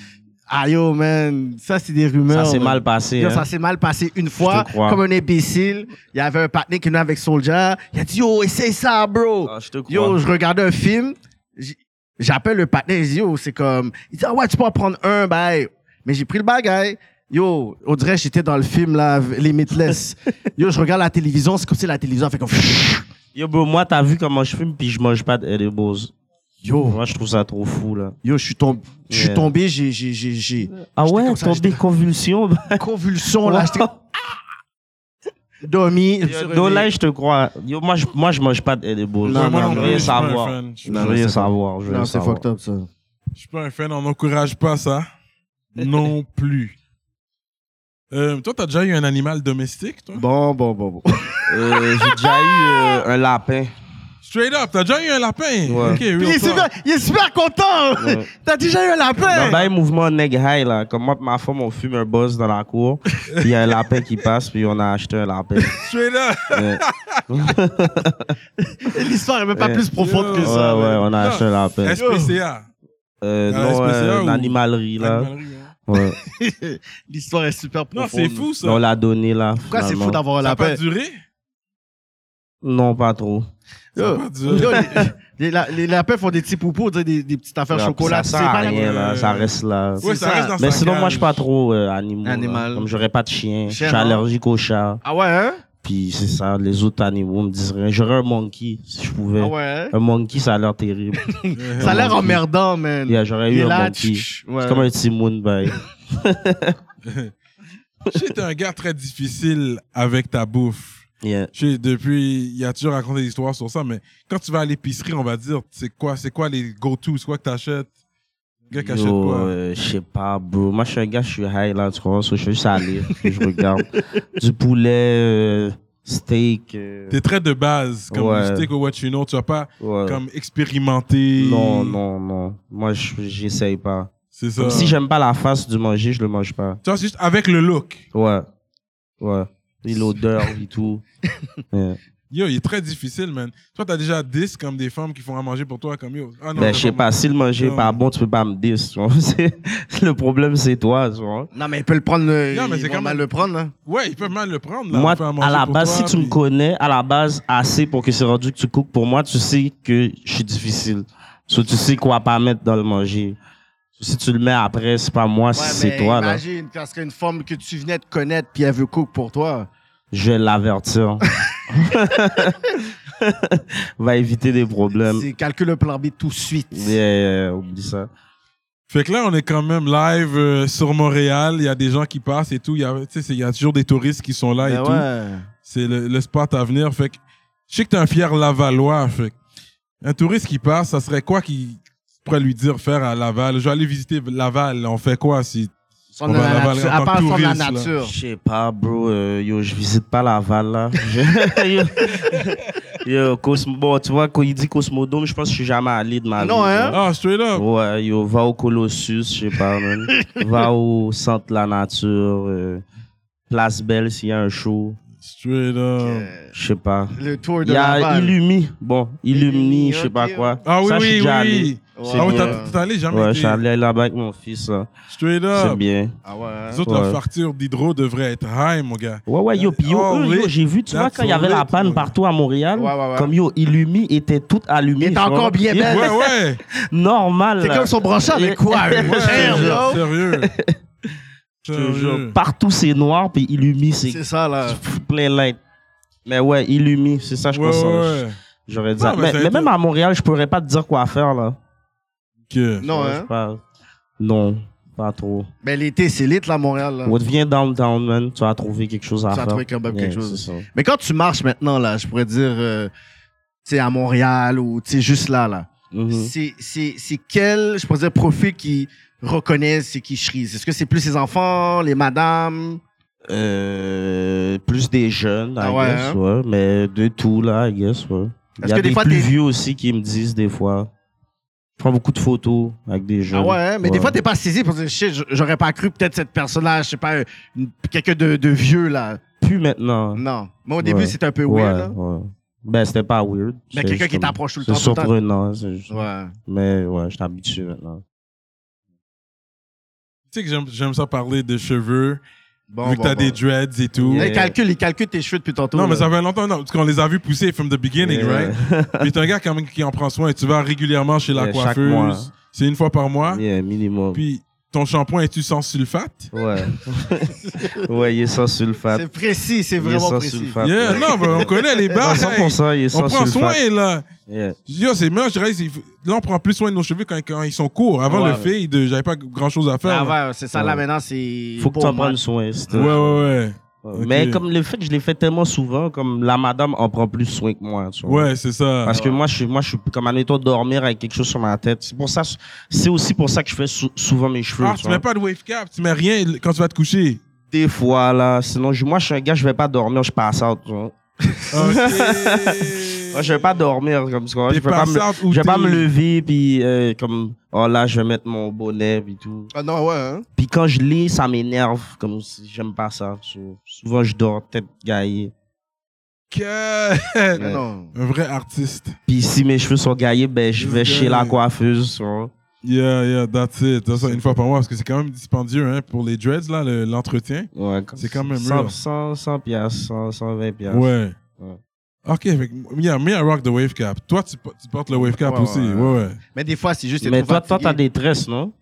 Ah yo, man. Ça, c'est des rumeurs. Ça s'est man. mal passé. Yo, hein. Ça s'est mal passé une fois, te crois. comme un imbécile. Il y avait un partenaire qui venait avec Soldier. Il a dit Yo, essaye ça, bro. Ah, je te crois. yo, je regardais un film. j- J'appelle le partenaire. Je dis Yo, c'est comme. Il dit Ah ouais, tu peux en prendre un, bye. Mais j'ai pris le bagage. Yo, on dirait que j'étais dans le film, là, Limitless. yo, je regarde la télévision. C'est comme si la télévision fait comme. Yo, bro, moi, t'as vu comment je fume, puis je mange pas de edibles. Yo, Moi, je trouve ça trop fou, là. yo, je suis tombé. Je suis Yeah. tombé, j'ai, j'ai, j'ai, j'ai. Ah J'étais ouais, comme ça, tombé convulsion. Convulsion, là, j'étais ah! dormi. je me suis Non, réveillé. là, je te crois. Yo, moi, je, moi, je mange pas de edibles. Non, Ouais, moi non non, plus, je non, veux je suis pas un savoir. fan. Je suis- Je Non, veux c'est savoir. Je Non, veux c'est savoir. fucked up, ça. je suis pas un fan, on n'encourage pas ça. Non plus. Euh, toi, t'as déjà eu un animal domestique, toi? Bon, bon, bon, bon. Euh, J'ai déjà eu euh, un lapin. Straight up, t'as déjà eu un lapin? Ouais. Ok, real Puis il est talk. super, il est super content. hein. Ouais. T'as déjà eu un Dans lapin. un mouvement neg high, là, comme moi et ma femme, on fume un buzz dans la cour, puis il y a un lapin qui passe, puis on a acheté un lapin. Straight up. Ouais, L'histoire est même pas Ouais. plus profonde que ouais, ça. ouais, on a acheté un lapin. SPCA. Euh, Ah, non, SPCA euh, ou- une animalerie, là. Animalerie, ouais. Ouais. L'histoire est super profonde. Non, c'est fou, ça. On l'a donné, là. Pourquoi c'est finalement. fou d'avoir un ça n'a lapin pas duré? Non, pas trop. Ça a Yo, pas duré. yo, les- les, la- les lapins font des petits poupous, on dirait des, des petites affaires Ouais, chocolat. Ça sert à rien, euh, là. Ça reste là. Ouais, c'est ça reste ça. dans Mais sa sinon, moi, cage. je suis pas trop euh, animaux. là. Animal. Comme j'aurais pas de chien. Je suis Chien, non. allergique aux chats. Ah ouais, hein Puis c'est ça, les autres animaux me disent rien. J'aurais un monkey, si je pouvais. Ah ouais. hein? Un monkey, ça a l'air terrible. Euh, Ça a l'air emmerdant, man. Yeah, j'aurais Il eu est un là, monkey. tch, tch, ouais. C'est comme un Timon, bye. J'étais un gars très difficile avec ta bouffe. Yeah. Je sais, depuis, il y a toujours raconté des histoires sur ça, mais quand tu vas à l'épicerie, on va dire, c'est quoi, c'est quoi les go-to, c'est quoi que t'achètes? Le Gars qui achète Yo, quoi? euh, je sais pas, bro. Moi, je suis un gars, je suis high, là, tu vois. so je suis juste allé, je regarde. Du poulet, euh, steak. euh, T'es très de base, comme Ouais. du stick ou what you know, tu vas pas ouais. comme expérimenter. Non, non, non. Moi, je- j'essaye pas. C'est ça. Comme si j'aime pas la face du manger, je le mange pas. Tu vois, c'est juste avec le look. Ouais. Ouais. Et l'odeur et tout. Ouais. Yo, il est très difficile, man. Toi, t'as déjà 10 comme des femmes qui font à manger pour toi, comme yo. Ah non, Ben, c'est je sais moi. pas, si le manger Non. est pas bon, tu peux pas me dire. tu vois. C'est- Le problème, c'est toi. tu vois. Non, mais il peut le prendre. euh, Non, mais ils c'est vont quand mal même- le prendre. hein. Ouais, ils peuvent mal le prendre. Là, Moi, faire à manger la pour base, toi, si tu me puis- connais, à la base, assez pour que c'est rendu que tu coupes pour moi, tu sais que je suis difficile. So, tu sais quoi pas mettre dans le manger. Si tu le mets après, c'est pas moi, Ouais, Ah, c'est mais toi. Là. Imagine, parce qu'une femme que tu venais de connaître, puis elle veut cook pour toi. Je vais l'avertir. Va éviter des problèmes. C'est calcule le plan B tout de suite. Yeah, yeah, oublie ça. Fait que là, on est quand même live euh, sur Montréal. Il y a des gens qui passent et tout. Il y a, tu sais, c'est- il y a toujours des touristes qui sont là et Ben tout. ouais. C'est le, le spot à venir. Fait que je sais que t'es un fier Lavallois. Fait que un touriste qui passe, ça serait quoi qu'il pourrait lui dire faire à Laval? Je vais aller visiter Laval. On fait quoi si Son On de va à la Laval nature. en À tant part que son de la touriste, là. Je nature. sais pas, bro. euh, yo, je visite pas Laval, là. Je- yo, yo, Cosmo, bon, tu vois, quand il dit Cosmodome, je pense que je suis jamais allé de ma vie. Non, hein? Ah, straight là. up. Ouais, yo, va au Colossus, je sais pas, man. va au Centre La Nature, euh, Place Belle s'il y a un show, Straight up. Euh, je sais pas. Le tour Il de y a Laval. Illumi, bon, Illumi, Illumi, je sais pas ok. quoi. Ah oui, Ça, je suis oui, déjà allé. oui. C'est Ah oui, bien. t'as- t'es allé jamais Ouais, je été. suis allé là-bas avec mon fils, là. Straight C'est up. bien. Ah ouais. hein? Les autres, leur Ouais. facture d'hydro devrait être high, mon gars. Ouais, ouais, yo, puis yo, Oh, eux, yo, lit. j'ai vu, tu vois, That's quand il y avait lit, la panne ouais. partout à Montréal, Ouais, ouais, ouais. comme yo, Illumi était toute allumée. Il était tu vois. encore bien Il- belle. Ouais, ouais. Normal. C'est là. comme son brassard avec quoi? eux? Ouais, Damn, yo. sérieux. Je te jure, Sérieux. Partout, c'est noir, puis Illumi, c'est C'est ça, là. plein light. Mais ouais, Illumi, c'est ça, je Ouais, pense. ouais. J'aurais dit Non, ça. mais Mais, ça a mais été- même à Montréal, je pourrais pas te dire quoi faire, là. Ok. Non, Ouais, je hein? sais pas. Non, pas trop. Mais l'été, c'est lit, là, à Montréal. là. Ou viens downtown, man. Tu vas trouver quelque chose à Tu vas faire. trouver quand même quelque Yeah, chose. c'est ça. Mais quand tu marches maintenant, là, je pourrais dire, euh, tu sais, à Montréal ou, tu sais, juste là, là. Mhm. C'est- C'est c'est quel, je pourrais dire, profil qui reconnaît c'est qui Cherise? Est-ce que c'est plus les enfants, les madames? Euh, plus des jeunes, I Ah ouais, guess, hein? ouais. Mais de tout, là, I guess, ouais. Il Est-ce y a que des des, fois, plus t'es- vieux aussi qui me disent des fois. Je prends beaucoup de photos avec des jeunes. Ah ouais, hein? mais des fois, t'es pas saisi pour dire, shit, j- j'aurais pas cru peut-être cette personne-là, je sais pas, une- quelqu'un de, de vieux, là. Plus maintenant. Non. Moi, au Ouais. début, c'était un peu ouais, weird, là. ouais. Ben, c'était pas weird. Mais C'est quelqu'un qui comme- t'approche tout le temps, C'est tout le temps. surprenant. c'est juste- Ouais. Mais ouais, je suis habitué maintenant. Tu sais que j'aime- j'aime ça parler de cheveux, Bon, vu que bon, t'as bon. des dreads et tout. Là, Yeah. Il calcule, il calcule tes cheveux depuis tantôt. Non, mais là. ça fait longtemps non, parce qu'on les a vus pousser from the beginning, Yeah. right? Mais t'es un gars quand même qui en prend soin. Tu vas régulièrement chez hein? la Yeah, chaque mois. coiffeuse. C'est une fois par mois. Yeah, minimum. Puis ton shampoing, est tu sans sulfate? Ouais. ouais, il est sans sulfate. C'est précis, c'est Il est vraiment sans précis. sulfate. Yeah, ouais. non, ben, on connaît les Non, bars. hey. 100%, il est sans On prend sulfate. soin, là. Yeah. Yo, c'est mieux, je dirais, c'est- Là, on prend plus soin de nos cheveux quand, quand ils sont courts. Avant, Ouais, le ouais. fait, de- j'avais pas grand-chose à faire. Ah là. ouais, c'est ça, là, Ouais. maintenant, c'est... Faut que tu en Bon, prennes soin. c'est tout. ouais, ouais, Ouais. Mais Ok. comme le fait que je l'ai fait tellement souvent, comme la madame en prend plus soin que moi. tu ouais. vois. Ouais, c'est ça. Parce que moi, je suis, moi, je suis comme admettons dormir avec quelque chose sur ma tête. C'est pour ça, c'est aussi pour ça que je fais sou- souvent mes cheveux. Ah, tu tu vois. mets pas de wave cap, tu mets rien quand tu vas te coucher. Des fois, là, sinon, je- moi, je suis un gars, je vais pas dormir, je passe out. tu vois. Moi, Ok. je vais pas dormir comme ça. Je T'es vais pas, me, passante ou je vais pas t'es- me lever, puis euh, comme, oh là, je vais mettre mon bonnet, puis tout. Ah non, ouais, hein. Puis quand je lis, ça m'énerve, comme si- j'aime pas ça. So, souvent, je dors tête gaillée. Que- Mais non. Un vrai artiste. Puis si mes cheveux sont gaillés, ben, je vais chez la coiffeuse. tu vois. Yeah, yeah, that's it. That's it. une fois par mois, parce que c'est quand même dispendieux hein, pour les dreads, là, le- l'entretien. Ouais, comme C'est quand même 100, lourd. 100, 100 piastres, 100, 120 piastres. Ouais. Ouais. Ok, fait, que, yeah, me, I rock the wave cap. Toi, tu, po- tu portes le wave cap Ouais, aussi. ouais. Ouais, ouais. Mais des fois, c'est juste... t'es Mais trop toi, toi, t'as fatigué. des tresses, non?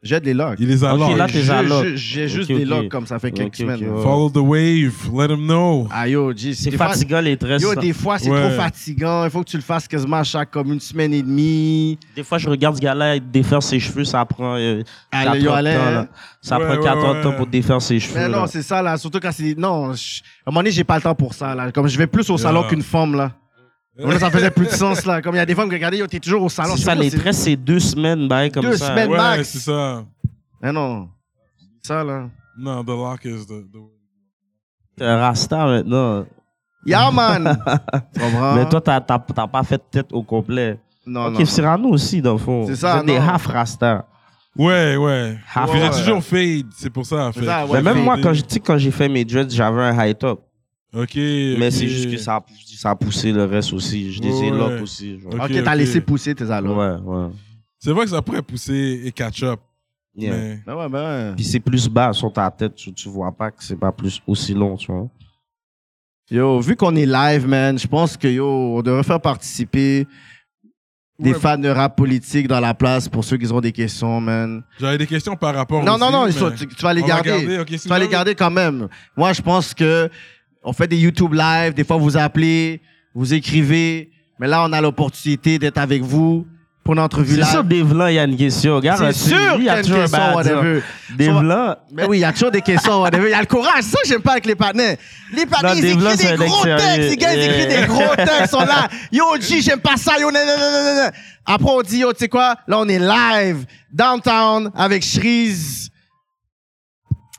J'ai des logs. Il les a Ok, large. là, t'es J'ai- à lock. j'ai- J'ai Ok, juste ok. des logs comme ça fait quelques Ok, ok, semaines. ouais. Follow the wave. Let them know. Ah yo, G, C'est des fois- fatigant, les tresses. Yo, ça. des fois, c'est Ouais. trop fatigant. Il faut que tu le fasses quasiment à chaque comme une semaine et demie. Des fois, je regarde ce gars-là défaire ses cheveux, ça prend euh, 40 Allez, yo, ans. allez. là. Ça Ouais, prend ouais, 40 ouais. ans pour défaire ses cheveux. Mais non, là. c'est ça, là. Surtout quand c'est. Non, je- à un moment donné, j'ai pas le temps pour ça, là. Comme je vais plus au Yeah. salon qu'une femme, là. Comme là, ça faisait plus de sens, là. Comme il y a des femmes qui regardez, yo, t'es toujours au salon. C'est Je ça, sais pas, les ah c'est- tresses, c'est deux semaines, ben, comme Deux ça. semaines. Ben Ouais, Max. c'est ça. Mais non. Ça, là. Non, the lock is the, the- T'es un rasta maintenant. Yeah, man! Tu comprends? Mais toi, t'as t'as- t'as pas fait tête au complet. non, ok, Ah. non. Cyrano aussi, dans le fond. C'est ça, Vous êtes des non. half rasta. Ouais, ouais. Ah, Puis j'ai ouais. toujours fade, c'est pour ça. C'est fait. ça, Mais ouais, même fade. moi, quand je- tu sais, quand j'ai fait mes dreads, j'avais un high top. Ok. Mais ok. c'est juste que ça a, poussé- ça a poussé le reste aussi. Je les ai Ouais, lock ouais. aussi. genre. Ok, Ok, t'as ok. laissé pousser tes Ouais, allures. ouais. C'est vrai que ça pourrait pousser et catch up. Yeah. Mais Ben ouais, ben ouais. Puis c'est plus bas sur ta tête, tu, tu vois pas que c'est pas plus aussi long, tu vois. Yo, vu qu'on est live, man, je pense que yo, on devrait faire participer des Ouais. fans de rap politique dans la place pour ceux qui ont des questions, man. j'avais des questions par rapport. Non, aussi, non, non, ils mais- sont- tu, tu vas les On va garder. garder, ok, Tu sinon- vas les garder quand même. Moi, je pense que on fait des YouTube live, des fois vous appelez, vous écrivez, mais là on a l'opportunité d'être avec vous pour une entrevue C'est live. sûr, Devlin, il y a une question. Regarde, C'est là, sûr qu'il lui, y a une toujours un question, bail à dire. whatever. Devlin, Mais Ah oui, il y a toujours des questions, whatever. Il y a le courage. Ça, j'aime pas avec les partenaires. Les partenaires, ils Non, Devlin, écrivent c'est des un gros ex-sérieux. textes. Les gars, ils écrivent Yeah. des gros textes. Ils sont là. Yo, G, j'aime pas ça. Yo, nan, nan, nan, nan, nan. Après, on dit, yo, tu sais quoi? Là, on est live, downtown, avec Shreeze.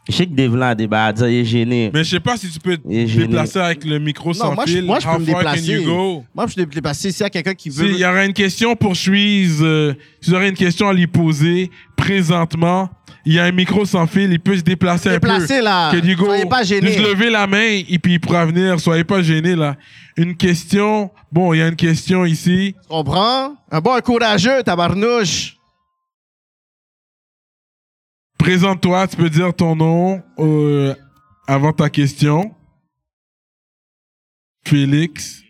Je sais que Devlin a des barres à dire, il est gêné. Mais je sais pas si tu peux te Et j'ai- déplacer avec le micro sans Non, moi, je, fil. moi, je How peux me far can déplacer. you go? Moi, je peux me déplacer. S'il y a quelqu'un qui veut. S'il y aura une question pour Suisse, euh, si vous aurez une question à lui poser présentement, il y a un micro sans fil, il peut se déplacer un Déplacer, peu. là. Que du go, Ah, Soyez pas gênés. Juste lever la main et puis il pourra venir. Soyez pas gênés, là. Une question. Bon, il y a une question ici. Tu comprends? Un bon courageux, tabarnouche. Présente-toi, tu peux dire ton nom euh, avant ta question. Félix.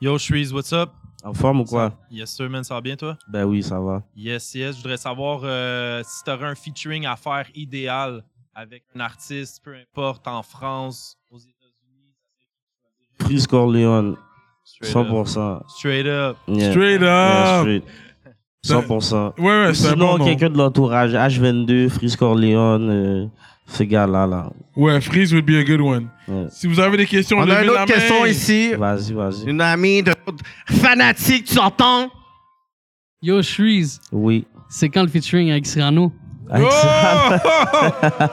Yo, Shreeze, what's up? En forme ou quoi? Yes, sir, man, ça va bien, toi? Ben oui, ça va. Yes, yes. Je voudrais savoir euh, si tu aurais un featuring à faire idéal avec un artiste, peu importe, en France, aux États-Unis. Prise Corleone, Straight up. 100%. Straight up. Yeah. Straight up. Yeah, straight. 100%. Ouais, ouais, Ou c'est un Sinon, bon nom. quelqu'un de l'entourage, H22, Freeze Corleone, euh, ce gars-là, là. Ouais, Freeze would be a good one. Ouais. Si vous avez des questions, On a levez une la autre main. question ici. Vas-y, vas-y. Une amie de fanatique, tu entends? Yo, Shreeze, Oui. c'est quand le featuring avec Cyrano? Avec Cyrano-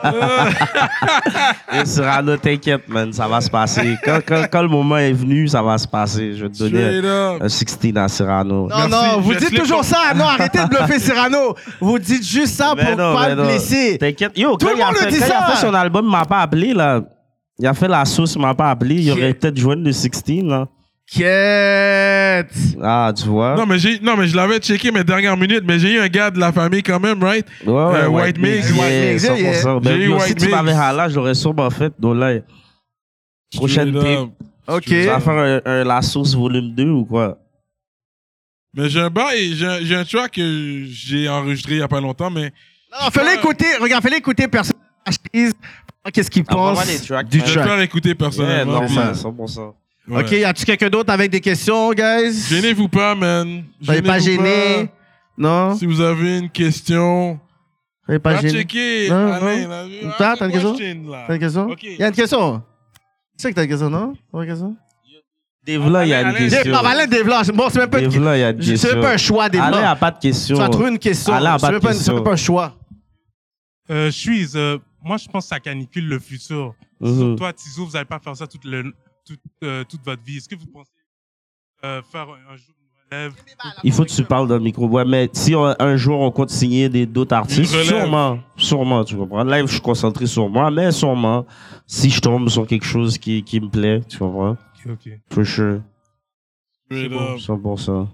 Oh! avec Cyrano, t'inquiète, man, ça va se passer. Quand, quand- quand le moment est venu, ça va se passer. Je vais te donner Straight up. un 16 à Non, Cyrano. Merci, non, vous je dites slip toujours en- ça. Non, arrêtez de bluffer Cyrano. Vous dites juste ça Mais pour non, pas le mais non. blesser. T'inquiète. Yo, Tout quand le il a monde le fait- dit quand il a ça. fait son album, il m'a pas appelé, là. Il a fait la sauce, il m'a pas appelé. Il aurait peut-être joué le 16, là. Quête. Ah, tu vois. Non mais j'ai non mais je l'avais checké mes dernières minutes mais j'ai eu un gars de la famille quand même right Ouais, ouais, Euh, White Mix. yeah, White Mix, yeah, yeah. 100%. J'ai Ben, eu yo, White si tu Mix. m'avais ralé, j'aurais sûrement fait. Donc là, prochaine Straight tape. up. OK. Tu vas faire un, un La Sauce volume 2 ou quoi? mais j'ai un bail j'ai un- j'ai un track que j'ai enregistré il y a pas longtemps mais Non, fais-le écouter. Regarde, fais-le écouter personne. Qu'est-ce qu'il Ah, pense? tracks. du je vais le track. faire écouter Ouais, personnellement normal, puis- 100%. ouais. OK, y a-tu quelqu'un d'autre avec des questions, guys? gênez-vous pas man Soyez pas Gênez-vous gênés. Non? si vous avez une question Soyez pas pas gênés. checker Non, Alain, non. là, ah, j'ai- T'as- t'as une question? question, là. T'as une question? Ok. Y a une question? Tu sais que t'as une question, non? T'as une question? Devla, il y a une Allez, allez, question. Non, mais Alain Desvla, bon, c'est même pas une question. Devla, il y a une C'est question. même pas un choix, Alain Desvla. a pas de question. Tu as trouvé une question. Alain a C'est pas même de pas une- C'est question. même pas un choix. Euh, je suis. euh, moi, je pense que ça canicule le futur. Mmh. Mhm. Toi, Tizo, vous n'allez pas faire ça toute, le- toute, euh, toute votre vie. Est-ce que vous pensez euh, faire un un jour une relève Il faut que tu parles dans le micro. Ouais, mais si on- un jour on compte signer des- d'autres artistes, Une relève. sûrement, sûrement, tu comprends. Là, je suis concentré sur moi, mais sûrement, si je tombe sur quelque chose qui, qui me plaît, tu comprends. Ok. For sure, Straight up. 100%.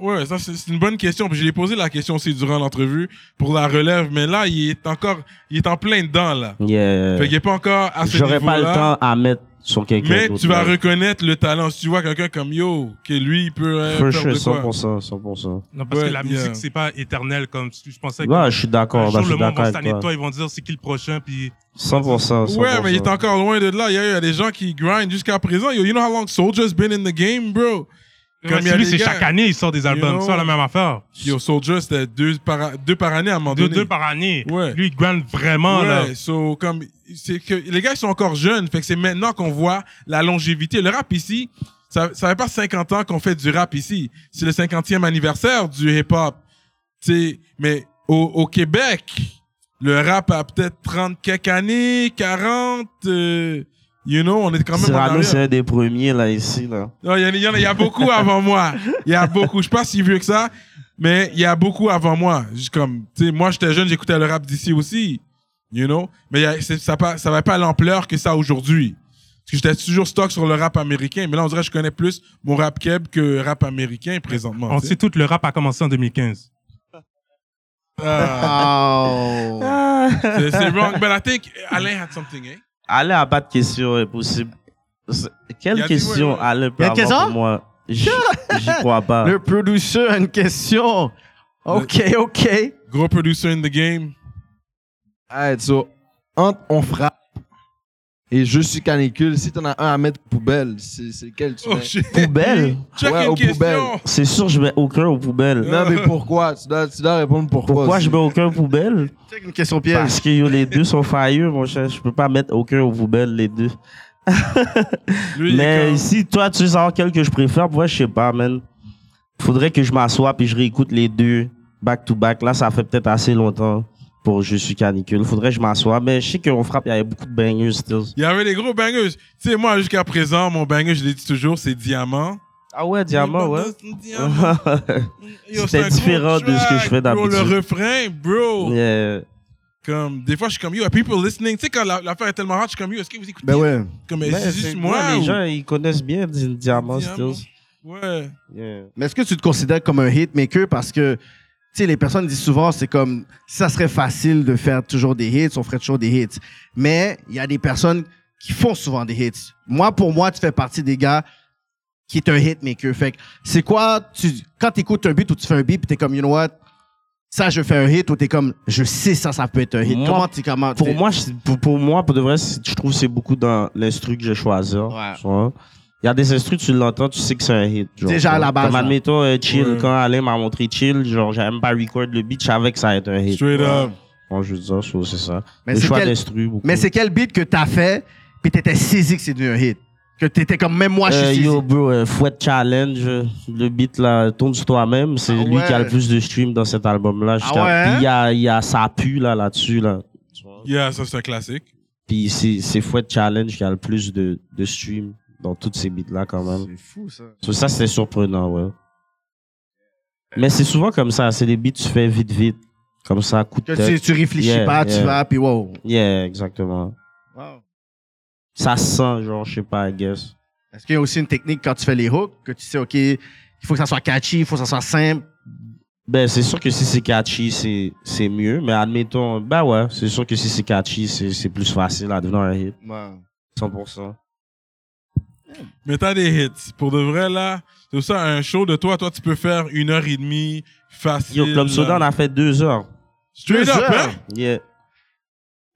Ouais, ça c'est c'est une bonne question. Puis je l'ai posé la question aussi durant l'entrevue pour la relève, mais là il est encore, il est en plein dedans là. Yeah. Fait qu'il est pas encore à ce niveau-là. J'aurais pas le temps à mettre sur quelqu'un Mais d'autre, tu vas là. reconnaître le talent. Si tu vois quelqu'un comme Yo, que lui il peut euh, For faire sure, de quoi. 100%, 100%. Non, parce Ouais, que la yeah. musique, c'est pas éternel comme tu- je pensais. que Ouais, je suis d'accord, un jour, bah, je le suis monde d'accord va se avec tanner de toi. toi. Ils vont dire c'est qui le prochain. Puis 100%, 100%. Ouais, mais il est encore loin de là. Il y a, il y a des gens qui grind jusqu'à présent. Yo, you know how long Soldier's been in the game, bro? Comme Comme il y a lui, des c'est gars- chaque année, il sort des albums. know. C'est la même affaire. Yo, Soldier, c'était deux par, deux par année à un moment Deux, donné. deux par année. Ouais. Lui, il grind vraiment. là. Ouais, so, comme, c'est que les gars, ils sont encore jeunes. Fait que c'est maintenant qu'on voit la longévité. Le rap ici, ça, ça fait pas 50 ans qu'on fait du rap ici. C'est le 50e anniversaire du hip-hop. Tu sais, mais au, au Québec, le rap a peut-être 30 quelques années, 40, euh, you know, on est quand même en Cyrano, arrière. c'est un des premiers, là, ici, là. Non, il y, en a- il y en a- il y a beaucoup avant moi. Il y a beaucoup. Je sais pas si vieux que ça, mais il y a beaucoup avant moi. J- Comme, tu sais, moi, j'étais jeune, j'écoutais le rap d'ici aussi. You know? Mais il y a- c'est- ça pas, ça va pas à l'ampleur que ça aujourd'hui. Parce que j'étais toujours stock sur le rap américain. Mais là, on dirait que je connais plus mon rap keb que rap américain présentement. On tu sait sais. tout, le rap a commencé en 2015. euh, Ah, Wow. Ah. c'est c'est wrong. But I think Alain had something, eh? Alain a pas de question impossible. C'est- Il Quelle a hein. dit, ouais, question ouais. Alain peut Il y a une avoir question? pour moi J'y j'y crois pas. Le producer a une question. OK, OK. Gros producer in the game. Alright, so, entre on frappe et je suis canicule, si t'en as un à mettre poubelle, c'est c'est lequel tu Oh mets? shit. Poubelle Check Ouais, une aux question. poubelles. C'est sûr, je mets aucun aux Euh, poubelles. Non, mais pourquoi? Tu dois, tu dois répondre pourquoi. Pourquoi aussi. je mets aucun aux poubelles Check une question piège. Parce que yo, les deux sont failleux, mon cher. Je peux pas mettre aucun aux poubelles, les deux. Lui, il est Mais comme- si toi, tu veux savoir quel que je préfère, moi, je sais pas, man. Faudrait que je m'assoie puis je réécoute les deux back to back. Là, ça fait peut-être assez longtemps. pour Je suis canicule. Faudrait que je m'assoie. Mais je sais qu'on frappe, il y avait beaucoup de bangers still. Il y avait des gros bangers. Tu sais, moi, jusqu'à présent, mon banger, je l'ai dit toujours, c'est Diamant. Ah ouais, diamant, ouais. Diamant. Yo, C'était c'est un gros différent de ce que track, je bro, fais d'habitude. Le refrain, bro. Yeah. Comme, des fois, je suis comme, yo, are people listening? Tu sais, quand la- l'affaire est tellement hard, je suis comme, yo, est-ce que vous écoutez? Ben ouais. Comme, est-ce Mais que c'est juste c'est- moi. ouais, ou- Les gens, ils connaissent bien Di- Diamant Diamant. Stills. Ouais. Yeah. Mais est-ce que tu te considères comme un hitmaker parce que, tu sais, les personnes disent souvent, c'est comme, ça serait facile de faire toujours des hits, on ferait toujours des hits. Mais il y a des personnes qui font souvent des hits. Moi, pour moi, tu fais partie des gars qui est un hitmaker. Fait que, c'est quoi, tu, quand tu écoutes un beat ou tu fais un beat, puis t'es comme, you know what, ça, je fais un hit, ou t'es comme, je sais ça, ça peut être un hit. Moi, comment tu comment Pour t'es- moi, c'est- pour, pour moi, pour de vrai, c'est- je trouve que c'est beaucoup dans l'instru que je choisis. Ouais. tu vois. Il y a des instrus, tu l'entends, tu sais que c'est un hit. genre, Déjà à la tu vois. base, Comme là. admettons, euh, Chill, Ouais. quand Alain m'a montré Chill, genre, j'avais même pas record le beat, je savais que ça allait être un hit. Straight up. Bon, je veux dire, so, c'est ça. Mais le c'est choix quel- d'instru, beaucoup. Mais c'est quel beat que t'as fait, puis t'étais saisi que c'est devenu un hit? Que t'étais comme, même moi, Ah, je suis Euh, saisi. yo, bro, euh, Fouet Challenge, euh, le beat là, tourne sur toi-même. C'est Ah lui qui a ouais. Ah le plus de streams dans cet album-là. jusqu'à- ouais? hein? Puis il y a, il y a sa pu là, là-dessus. Là Tu vois? Yeah, ça, c'est un classique. Puis c'est c'est Fouet Challenge qui a le plus de, de streams dans toutes ces beats-là quand même. C'est fou, ça. So, ça, c'était surprenant, ouais. Mais c'est souvent comme ça. C'est des beats que tu fais vite, vite. Comme ça, coup de Que tu, tête. tu réfléchis Yeah, pas, tu yeah. vas, puis wow. Yeah, exactement. Ça sent, genre, je sais pas, I guess. Est-ce qu'il y a aussi une technique quand tu fais les hooks, que tu sais, OK, il faut que ça soit catchy, il faut que ça soit simple. Ben, c'est sûr que si c'est catchy, c'est- c'est mieux. Mais admettons, ben ouais, c'est sûr que si c'est catchy, c'est c'est plus facile à devenir un hit. 100%. Mais t'as des hits. Pour de vrai, là, c'est pour ça, un show de toi, toi, tu peux faire une heure et demie facile. Yo, Club Soda, on a fait deux heures. Straight Deux up, heures. hein? Yeah.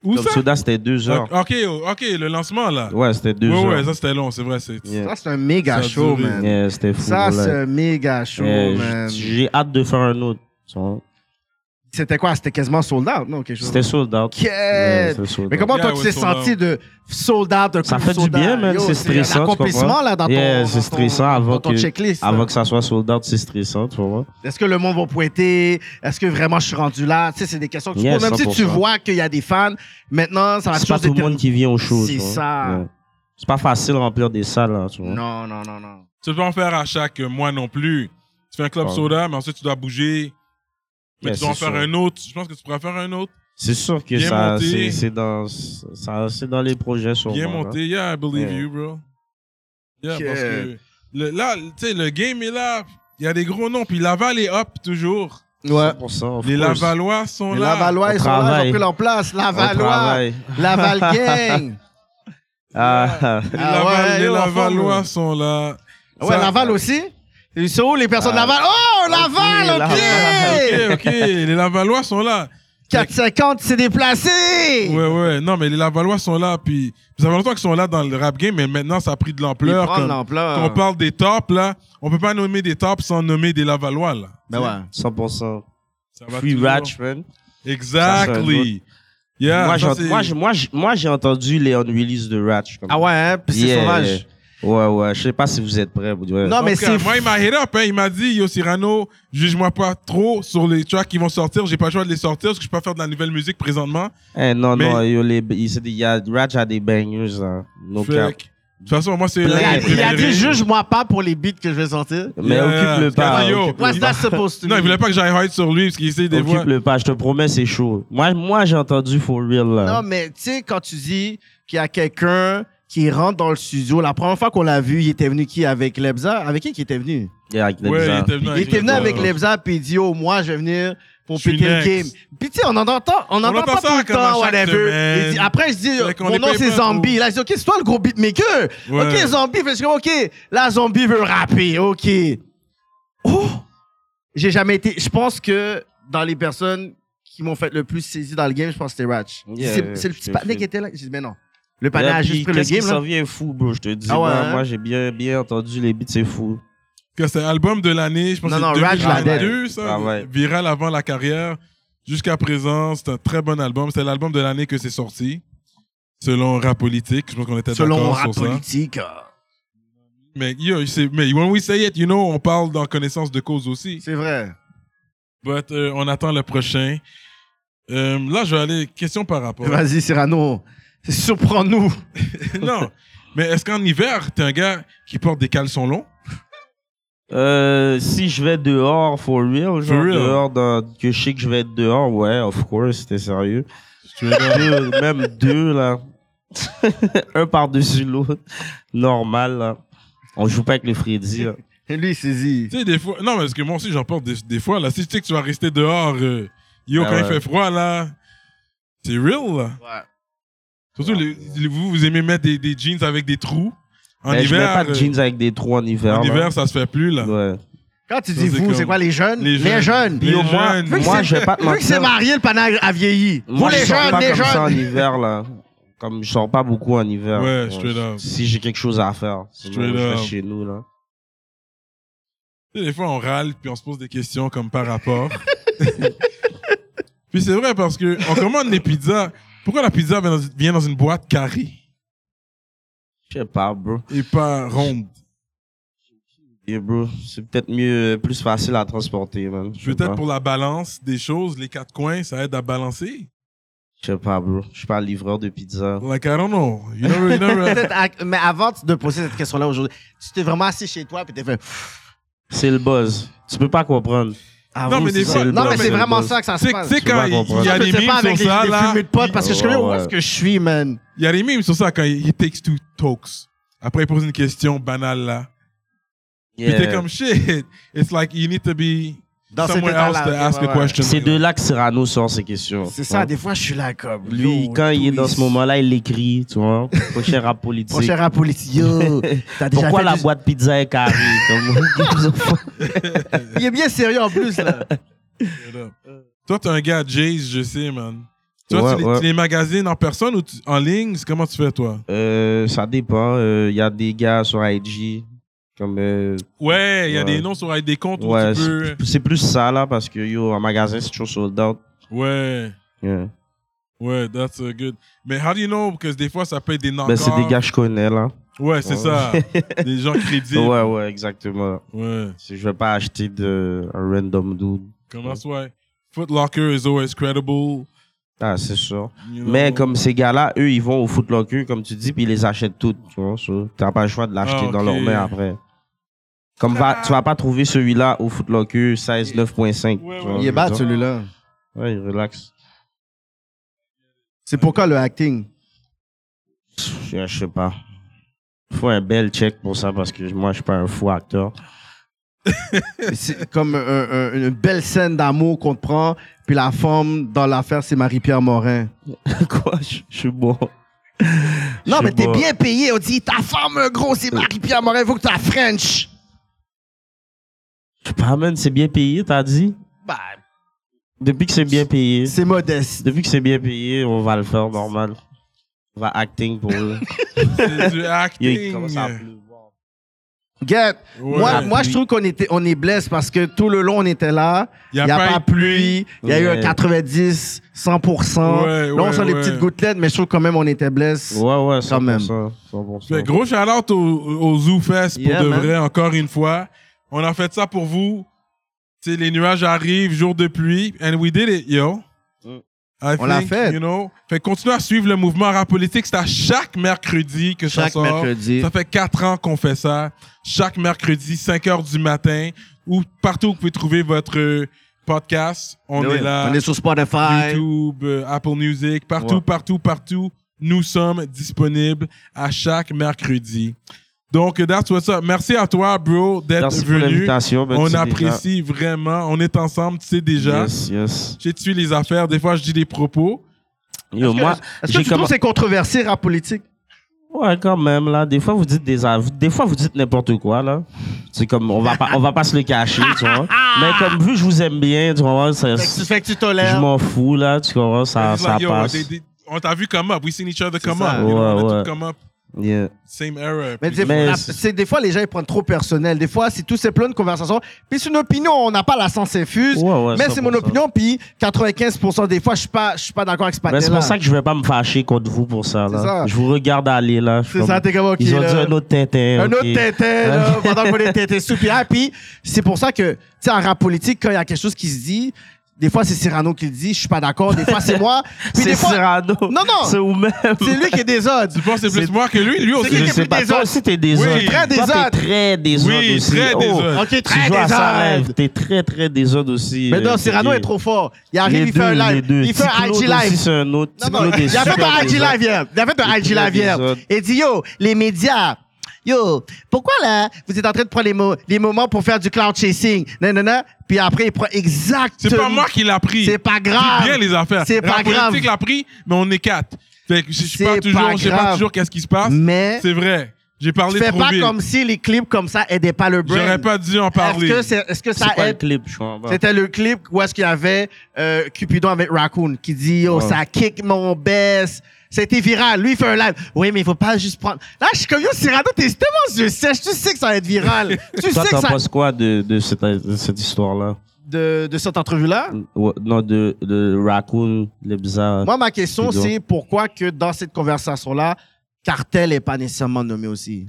Où Club ça? Soda, c'était deux heures. Ok, oh, ok, le lancement, ah. là. Ouais, c'était deux Ouais, heures. ouais, ça, c'était long, c'est vrai. c'est- Yeah. Ça, c'est un méga Ça a show, duré. man. Yeah, c'était fou. Ça, là. c'est un méga show, Yeah, man. j- J'ai hâte de faire un autre. tu vois. C'était quoi? C'était quasiment sold out, non? Quelque chose. C'était sold out. Quête! Ouais, c'était sold Mais out. comment Yeah, toi, tu ouais, t'es sold out. senti de sold out, de Ça coup fait du sold out? bien, man. Yo, C'est stressant, tu un accomplissement, comprends? là, dans ton, Yeah, dans c'est ton- stressant avant dans ton que- checklist. là. Avant que ça soit sold out, c'est stressant, tu vois. Est-ce que le monde va pointer? Est-ce que vraiment je suis rendu là? Tu sais, c'est des questions que tu Yeah, poses. Même si tu 100%. vois qu'il y a des fans, maintenant, ça va C'est pas toujours tout le monde qui vient aux shows. C'est tu vois. ça. Ouais. C'est pas facile de remplir des salles, là, tu vois. Non, non, non, non. Tu peux pas en faire à chaque euh, mois non plus. Tu fais un club Ah. soda, mais ensuite tu dois bouger. Mais Yeah, tu dois en c'est faire sûr. un autre. Je pense que tu pourras faire un autre. C'est sûr que Bien ça, monté. c'est, c'est dans, ça, c'est dans les projets sûrement. Bien là. monté. Yeah, I believe Ouais. you, bro. Yeah, Ok. parce que le- là, tu sais, le game est là. Il y a des gros noms. Puis Laval est up toujours. 100%, of Les course. Lavalois sont Les là. Lavalois, ils on sont là, ils travaille. ont pris leur place. On Lavalois, travaille. Laval Gang. Ah, Les, Ah Laval- ouais, les yo, en forme, Lavalois là. sont là. Ouais, Ça- Laval aussi. Ils sont où les personnes de Ah. Laval? Oh, Laval, Ok, ok! Ok, ok. Les Lavalois sont là. 450 s'est déplacé! Ouais, ouais. Non, mais les Lavalois sont là. Puis ça fait longtemps qu'ils sont là dans le rap game, mais maintenant ça a pris de Ils l'ampleur. prennent comme- Quand on l'ampleur. parle des tops, là, on peut pas nommer des tops sans nommer des Lavalois, là. Ben ouais. 100%. Ça va Free toujours. Ratch, man. Exactly. Yeah, moi, ça, j'ai, c'est- moi, j'ai- moi, j'ai- moi, j'ai entendu les unreleased de Ratch. comme- Ah ouais, hein? Puis c'est Yeah. sauvage. Ouais, ouais. Je sais pas si vous êtes prêts. vous- ouais. Non, En mais tout cas, c'est. Moi, il m'a hit up, hein. Il m'a dit, Yo Cyrano, juge-moi pas trop sur les tracks qui vont sortir. J'ai pas le choix de les sortir parce que je peux pas faire de la nouvelle musique présentement. Eh, non, Mais- non. yo, les- il, c'est des- il y a, Ratch a des bangers, là. No Fait cap. que, De toute façon, moi, c'est Il Il l'un a- de mes Il a dit préférés. juge-moi pas pour les beats que je vais sortir. Mais Yeah. occupe-le pas. Attends, yo. occupe-le What's pas. that supposed to Non, il voulait pas que j'aille hide sur lui parce qu'il essaie des Occupe voix. le pas, je te promets, c'est chaud. Moi, moi j'ai entendu For Real. Là. Non, mais tu sais, quand tu dis qu'il y a quelqu'un qui rentre dans le studio, la première fois qu'on l'a vu, il était venu qui avec Lebza? Avec qui qui était venu? Et avec les Ouais, il bizarres. était venu Il avec était venu les avec voix. Lebza, puis il dit, oh, moi, je vais venir pour Je suis péter le next. game. Puis tu sais, on en entend, on entend entend pas ça tout le comme à temps, chaque whatever. semaine. Il dit- après, je dis, Fait qu'on les mon nom, paye c'est pas Zombie. pour- Là, je dis, OK, c'est toi le gros beatmaker. Ouais. OK, Zombie. Fait que je dis, OK, là, Zombie veut rapper. OK. Oh! J'ai jamais été... Je pense que dans les personnes qui m'ont fait le plus saisir dans le game, je pense que c'était Ratch. Yeah, c'est yeah, c'est le je petit te patinet file. qui était là. J'ai dit, mais non. Le Là, patinet a puis, juste pris le qu'est-ce qui game, là. s'en vient fou, bro, je te dis. Ah ouais, moi, hein? moi, j'ai bien, bien entendu les beats, c'est fou. Que c'est album de l'année, je pense Non, que non, c'est Raj la 2022, ça. Ah ouais. Viral avant la carrière. Jusqu'à présent, c'est un très bon album. C'est l'album de l'année que c'est sorti. Selon Rap Politique, je pense qu'on était Selon d'accord rap sur ça. politique. euh, Mais, yo, c'est- mais when we say it, you know, on parle dans connaissance de cause aussi. C'est vrai. But, euh, on attend le prochain. Euh, là, je vais aller question par rapport. Vas-y, Cyrano. Surprends-nous. non. Mais est-ce qu'en hiver, t'es un gars qui porte des caleçons longs? Euh, si je vais dehors, for real, genre real. dehors, dans- que je sais que je vais être dehors, ouais, of course, c'était sérieux. Tu es là. Deux, même deux, là. Un par-dessus l'autre. Normal, là. On joue pas avec les Freddy, là. Lui, il saisit. tu sais, des fois. Non, parce que moi aussi, j'en porte des, des fois. Là, si tu sais que tu vas rester dehors, euh, yo, Ah quand il ouais. fait froid, là, c'est real, là. Ouais. Surtout, les- les- vous, vous aimez mettre des, des jeans avec des trous. En Mais Ben, je mets hiver, pas de euh, jeans avec des trous en hiver. en là. hiver, ça se fait plus, là. Ouais. Quand tu Ça, dis c'est vous, comme- c'est quoi les jeunes? Les jeunes. Puis au Les moins, jeunes. moi, je vais pas te Vu que c'est mentir. marié, le panel a vieilli. Vous, Moi, je les sors jeunes, pas les comme ça en jeunes. hiver, là. Comme je sors pas beaucoup en hiver. Euh, Ouais, straight up. Si j'ai quelque chose à faire, sinon Straight je up. reste chez nous, là. Tu sais, des fois, on râle, puis on se pose des questions comme par rapport. puis c'est vrai, parce que on commande des pizzas. Pourquoi la pizza vient dans, vient dans une boîte carrée Je sais pas, bro. et pas ronde? Yeah, bro. C'est peut-être mieux, plus facile à transporter, man. Je sais Peut-être pas. pour la balance des choses, les quatre coins, ça aide à balancer. Je sais pas, bro. Je suis pas livreur de pizza. Like, I don't know. You never, you never... Peut-être à- Mais avant de poser cette question-là aujourd'hui, tu t'es vraiment assis chez toi et t'es fait. C'est le buzz. Tu peux pas comprendre. Ah, Non, oui, mais des c'est fois- ça. Non, non, mais mais- c'est vraiment ça que ça se Tu sais- passe. tu sais, Tu vas quand il comprendre. y a Je des sais pas mimes avec sur les- ça, les là. fumées de potes parce que je connais Ouais, où ouais. est-ce que je suis, man. Il y a des mimes sur ça quand il takes two talks. Après, il pose une question banale, là. Puis t'es Yeah. comme, shit, it's like you need to be Dans cet somewhere else état-là, to ok, ask ouais, a ouais. question. C'est de là que Cyrano sort ses questions. C'est ça, Ouais. des fois, je suis là comme. Lui, yo, quand il est twist. dans ce moment-là, il écrit, tu vois. Prochain rap politique. Prochain rap politique, yo, t'as déjà Pourquoi fait la du- boîte pizza est carrée? comme... Il est bien sérieux en plus, là. Straight up. Toi, t'es un gars Jace, je sais, man. Toi, Ouais, tu, les, ouais. tu les magasines en personne ou tu- en ligne? C'est- Comment tu fais, toi? Euh, ça dépend. Il y a des gars sur IG. Comme, euh, Ouais, il y a Ouais. des noms sur avec des comptes ouais, où tu peux... c'est- c'est plus ça là parce que yo, en magasin, c'est toujours sold out. Ouais, Yeah. ouais, that's uh, good. Mais how do you know? Parce que des fois, ça peut être des knock Ben, c'est des gars que je connais là. Ouais, c'est Ouais. ça. des gens crédibles. Ouais, ouais, exactement. Ouais. C'est- Je vais pas acheter de, un random dude. Comme that's why Foot Locker is always credible. Ah, c'est sûr. you know. Mais comme ces gars-là, eux, ils vont au Foot Locker, comme tu dis, puis ils les achètent toutes. Tu vois, so, t'as pas le choix de l'acheter Ah, dans ok. leur main après. Comme va, tu vas pas trouver celui-là au Foot Locker 16 Ouais, 9.5. tu ouais. vois, Il est je bad, veux dire. celui-là. Ouais, il relaxe. C'est pourquoi le acting. Je, je sais pas. Faut un bel check pour ça parce que moi, je suis pas un fou acteur. C'est comme un- un- une belle scène d'amour qu'on te prend, puis la femme dans l'affaire, c'est Marie-Pierre Morin. Quoi? Je, je suis bon. Non, Je mais t'es vois. bien payé. On dit, ta femme, un gros, c'est Marie-Pierre Morin, faut que t'as French. Je sais pas, Ah, man, c'est bien payé, t'as dit? Bah, Depuis que c'est bien payé. c'est modeste. Depuis que c'est bien payé, on va le faire normal. On va acting pour eux. C'est du Yo, acting. il commence à pleuvoir. Get. Ouais. Moi, moi, je trouve qu'on était, on est blesse parce que tout le long, on était là. Y Il n'y a, pas, eu- pluie. Il y a eu un Ouais. 90, 100%. Ouais, là, ouais, on sent les ouais. petites gouttelettes, mais je trouve quand même on était blesse. Ouais, ouais, 100%. Quand même. 100%. Fait gros shout-out au, au Zoo Fest pour Yeah, de man. vrai, encore une fois. On a fait ça pour vous. sais, les nuages arrivent, jour de pluie. And we did it, yo. Mm. I On l'a think, fait. You know. Fait continuez à suivre le mouvement rap politique. C'est à chaque mercredi que ça Chaque sort. mercredi. Ça fait quatre ans qu'on fait ça. Chaque mercredi, 5 heures du matin, ou partout où vous pouvez trouver votre euh, podcast. On Ben Oui, est là. On est sur Spotify. YouTube, euh, Apple Music, partout, Ouais. partout, partout. Nous sommes disponibles à chaque mercredi. Donc, that's what's up. Merci à toi, bro, d'être Merci pour venu. l'invitation. ben, tu On sais apprécie vraiment. On est ensemble, tu sais déjà. déjà. Yes, yes. J'ai tué les affaires. Des fois, je dis des propos. Yo, Est-ce que- moi, Est-ce que j'ai tu trouves commencé. que c'est controversé, rap politique? Ouais, quand même, là. Des fois, vous dites des av- Des fois, vous dites n'importe quoi, là. C'est comme, on va pas, on va pas se le cacher, tu vois. Mais comme, vu que je vous aime bien, tu vois, ça- Fait que tu je tolères. m'en fous, là, tu comprends, ça, It's like, ça yo, passe. they- they- on t'a vu come up. We seen each other C'est come ça. up. You know, on a Ouais, tous come up. Yeah. Same era. Mais, Puis- des, Mais la- c'est- c'est des fois, les gens, ils prennent trop personnel. Des fois, c'est tout simplement une conversation. Puis c'est une opinion, on n'a pas la sens infuse. Ouais, ouais, hein. mais c'est mon 100%. opinion, puis 95% des fois, je suis pas, je suis pas d'accord avec ce Ben, c'est panel-là. pour ça que je vais pas me fâcher contre vous pour ça, là. hein. C'est ça. Je vous regarde aller, là. Je suis C'est comme- ça, t'es comme OK, Ils ont là. dit un autre Tintin. Un ok. autre tété, là, pendant qu'on est tété sous. Puis, ah, puis c'est pour ça que, tu sais, en rap politique, quand il y a quelque chose qui se dit, Des fois, c'est Cyrano qui le dit, je suis pas d'accord. Des fois, c'est moi. Puis C'est des fois, Cyrano. Non, non. C'est où même. c'est lui qui est désordre. Tu penses que c'est plus C'est- moi que lui? Lui aussi. qui Je qui sais fait pas. des Toi autres? aussi, t'es des Oui, autres. très des Toi, autres. T'es très des autres Oui, aussi. très Oh, désordre. OK, Tu très joues à ça désordre. rêve. T'es très, très des autres aussi. Mais non, euh, Cyrano Didier. est trop fort. Il arrive, Les il fait un deux, les live. deux. Il fait Petit un Claude IG aussi, live. C'est un autre. Non, Petit non, Claude est il a fait super un IG désordre. live hier. Il a fait un Petit IG Claude live est hier. désordre. Il dit, yo, les médias, yo, pourquoi là, vous êtes en train de prendre les, mo- les moments pour faire du cloud chasing? Non, non, non. Puis après, il prend exactement. C'est pas moi qui l'a pris. C'est pas grave. Dis bien les affaires. C'est pas la politique grave. l'a pris, mais on est quatre. Fait que je suis C'est pas toujours, pas je sais pas grave. toujours qu'est-ce qui se passe. Mais C'est vrai. J'ai parlé fais trop pas vite. comme si les clips comme ça aidaient pas le brand. J'aurais pas dû en parler. Est-ce que, c'est- est-ce que ça C'est quoi le aide? clip, je bah. comprends pas. C'était le clip où est-ce qu'il y avait euh, Cupidon avec Raccoon qui dit Yo, Ouais. ça kick mon baisse. C'était viral. Lui, il fait un live. Oui, mais il faut pas juste prendre. Là, je suis comme Yo, Cyrano, t'es tellement yeux sèches. Tu sais que ça va être viral. tu sais Toi, que t'en ça. penses quoi de, de cette, de cette histoire-là? De, de cette entrevue-là, Ouais, Non, de, de Raccoon, le bizarre. moi, ma question, Cupidon. c'est pourquoi que dans cette conversation-là, Cartel est pas nécessairement nommé aussi?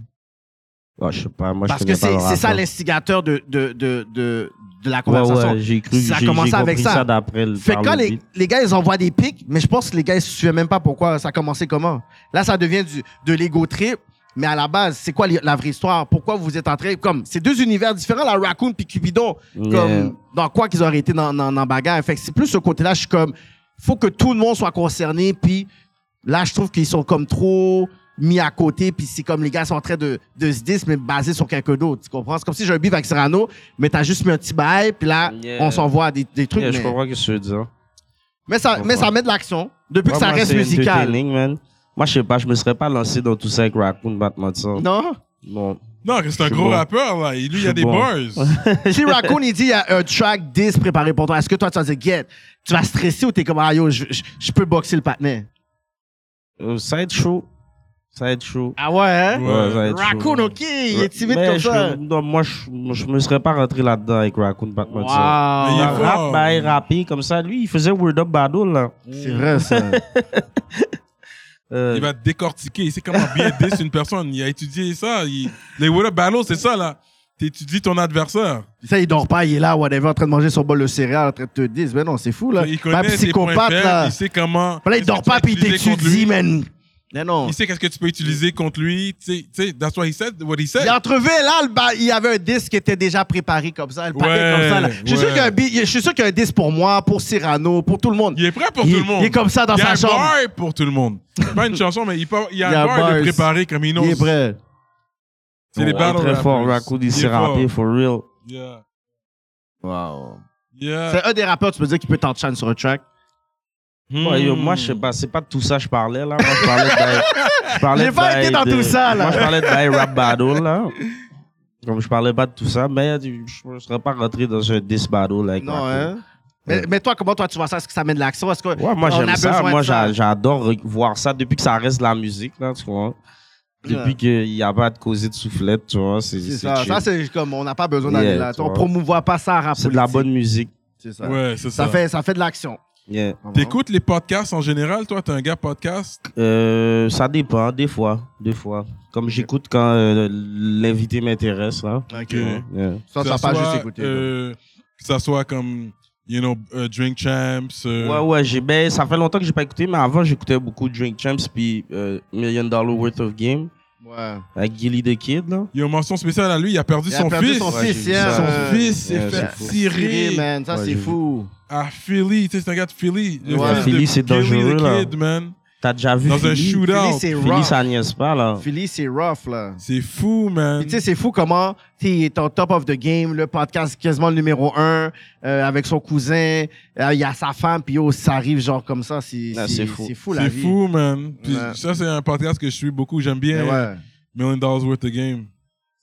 Ouais, je sais pas. Moi, Parce je que connais pas c'est le c'est ça rapport. l'instigateur de, de, de, de, de la Ouais, conversation. ouais, j'ai cru. Ça a j'ai- commencé j'ai avec compris ça. d'après le Fait que par quand le les, beat. les gars, ils envoient des pics, mais je pense que les gars, ils se souviennent même pas pourquoi ça a commencé comment. Là, ça devient du, de l'ego trip, mais à la base, c'est quoi li- la vraie histoire? Pourquoi vous êtes entrés? Comme, c'est deux univers différents, la Raccoon puis Cupidon. Comme, Yeah. dans quoi qu'ils auraient été dans, dans, dans bagarre. Fait que c'est plus ce côté-là, je suis comme, faut que tout le monde soit concerné, puis là, je trouve qu'ils sont comme trop mis à côté, puis c'est comme les gars sont en train de, de se dire, mais basé sur quelqu'un d'autre. Tu comprends? C'est comme si j'ai un bif avec Cyrano, mais t'as juste mis un petit bail, puis là, Yeah. on s'envoie des, des trucs. Yeah, Je mais- comprends ce que tu veux dire. mais ça, mais ça met de l'action. Depuis que Moi, ça moi, reste c'est musical. entertaining, man. Moi, je sais pas, je me serais pas lancé dans tout ça avec Raccoon, Batman, ça. Non? Bon. Non, c'est un Je suis gros bon. rappeur, là. Il- Lui, il y Je a des suis bon. bars. Si Raccoon, il dit, il y a un track 10 préparé pour toi, est-ce que toi, tu vas dire, get, tu vas stresser ou t'es comme, ah yo, je, je- je peux boxer le patinet? Euh, Ça va être chaud. Ça va être chaud. Ah ouais, hein? Ouais. ça va être chaud. Raccoon, ok, il est timide Mais comme je- ça. non, moi, je, moi, je me serais pas rentré là-dedans avec Raccoon, Batman, ça. Il Wow. est fort. Rap, bail, rappé, comme ça. Lui, il faisait Word Up Battle, là. C'est vrai, ça. Euh, Il va te décortiquer. Il sait comment bien diss une personne. Il a étudié ça. Il- Les What Up Battles, c'est ça, là. T'étudies ton adversaire. ça, il dort pas, il est là, whatever, en train de manger son bol de céréales, en train de te dire, mais non, c'est fou, là. Il Pas connaît ses points faibles. là. Il sait comment. Là, il qu'est-ce dort que tu pas, peux puis il utiliser contre t'étudie, lui. man. Mais non. Il sait qu'est-ce que tu peux utiliser contre lui. Tu sais- tu sais, that's what he said, what he said. Il entrevue, là, le ba- il y avait un disque qui était déjà préparé comme ça, le paquet Ouais, comme ça. là. Je suis sûr ouais. qu'il y a un bi- je suis sûr qu'il y a un disque pour moi, pour Cyrano, pour tout le monde. Il est prêt pour Il- tout le monde. il est comme ça dans Il y a sa un chambre. bar pour tout le monde. Pas une chanson, mais il, par- il y a un bar, de bars. préparé comme il Il est knows. prêt. C'est les ouais, battle Très fort, rappers. Raccoon, il est s'est fort. rappé, for real. Yeah. Wow. Yeah. C'est un des rappeurs, tu peux dire, qui peut t'enchaîner sur un track. Ouais, yo, Hmm. moi, je sais pas, c'est pas de tout ça que je parlais, là. Moi, je parlais de. je parlais J'ai pas de- été dans de- tout ça, là. Moi, je parlais de Die Rap Battle, là. Comme je parlais pas de tout ça, mais je ne serais pas rentré dans un diss battle là, avec Non, Raccoon. hein? Mais, mais toi, comment toi tu vois ça? Est-ce que ça met de l'action? Est-ce que Ouais, moi, on a j'aime ça. besoin de Moi, j'a- j'adore re- voir ça depuis que ça reste de la musique, là, tu vois. Depuis qu'il n'y a pas de causé de soufflette, tu vois. C'est C'est c'est ça. chill. Ça, c'est comme on n'a pas besoin d'aller Yeah, là. tu On vois. promouvoit pas ça à rap C'est de la politique. bonne musique. C'est ça. Ouais, c'est ça. Ça fait, ça fait de l'action. Yeah. T'écoutes les podcasts en général, toi? T'es un gars podcast? Euh, ça dépend, des fois. Des fois. Comme j'écoute quand euh, l'invité m'intéresse, là. Ok. Yeah. Ça, ça Que pas soit, juste écouter. euh, que ça soit comme, you know, euh, Drink Champs. euh, Ouais, ouais, j'ai, ben, ça fait longtemps que j'ai pas écouté, mais avant, j'écoutais beaucoup Drink Champs puis euh, Million Dollar Worth of Game Ouais. avec Gilly the Kid, là. Il y a une mention spéciale à lui, il a perdu Il a son perdu fils. son Ouais, fils, j'ai vu hein, ça. Son euh, fils s'est yeah, fait c'est fou. Tiré, tirer man. Ça, Ouais, c'est j'ai vu. fou. à Philly. Tu sais, c'est un gars de Philly. Le Ouais. fils Philly, de c'est Billy the dangereux, là. Kid, man. T'as déjà vu Dans un Philly? Philly, shootout. c'est Philly, rough. ça niaise pas, là. Philly, c'est rough, là. C'est fou, man. Puis, tu sais, c'est fou comment il est en top of the game, le podcast quasiment le numéro un, euh, avec son cousin, euh, il y a sa femme, puis oh, ça arrive genre comme ça, c'est Ah, c'est c'est fou. c'est fou la C'est vie. fou, man. Puis Ouais. ça, c'est un podcast que je suis beaucoup. J'aime Mais bien ouais, Million Dollars Worth of Game.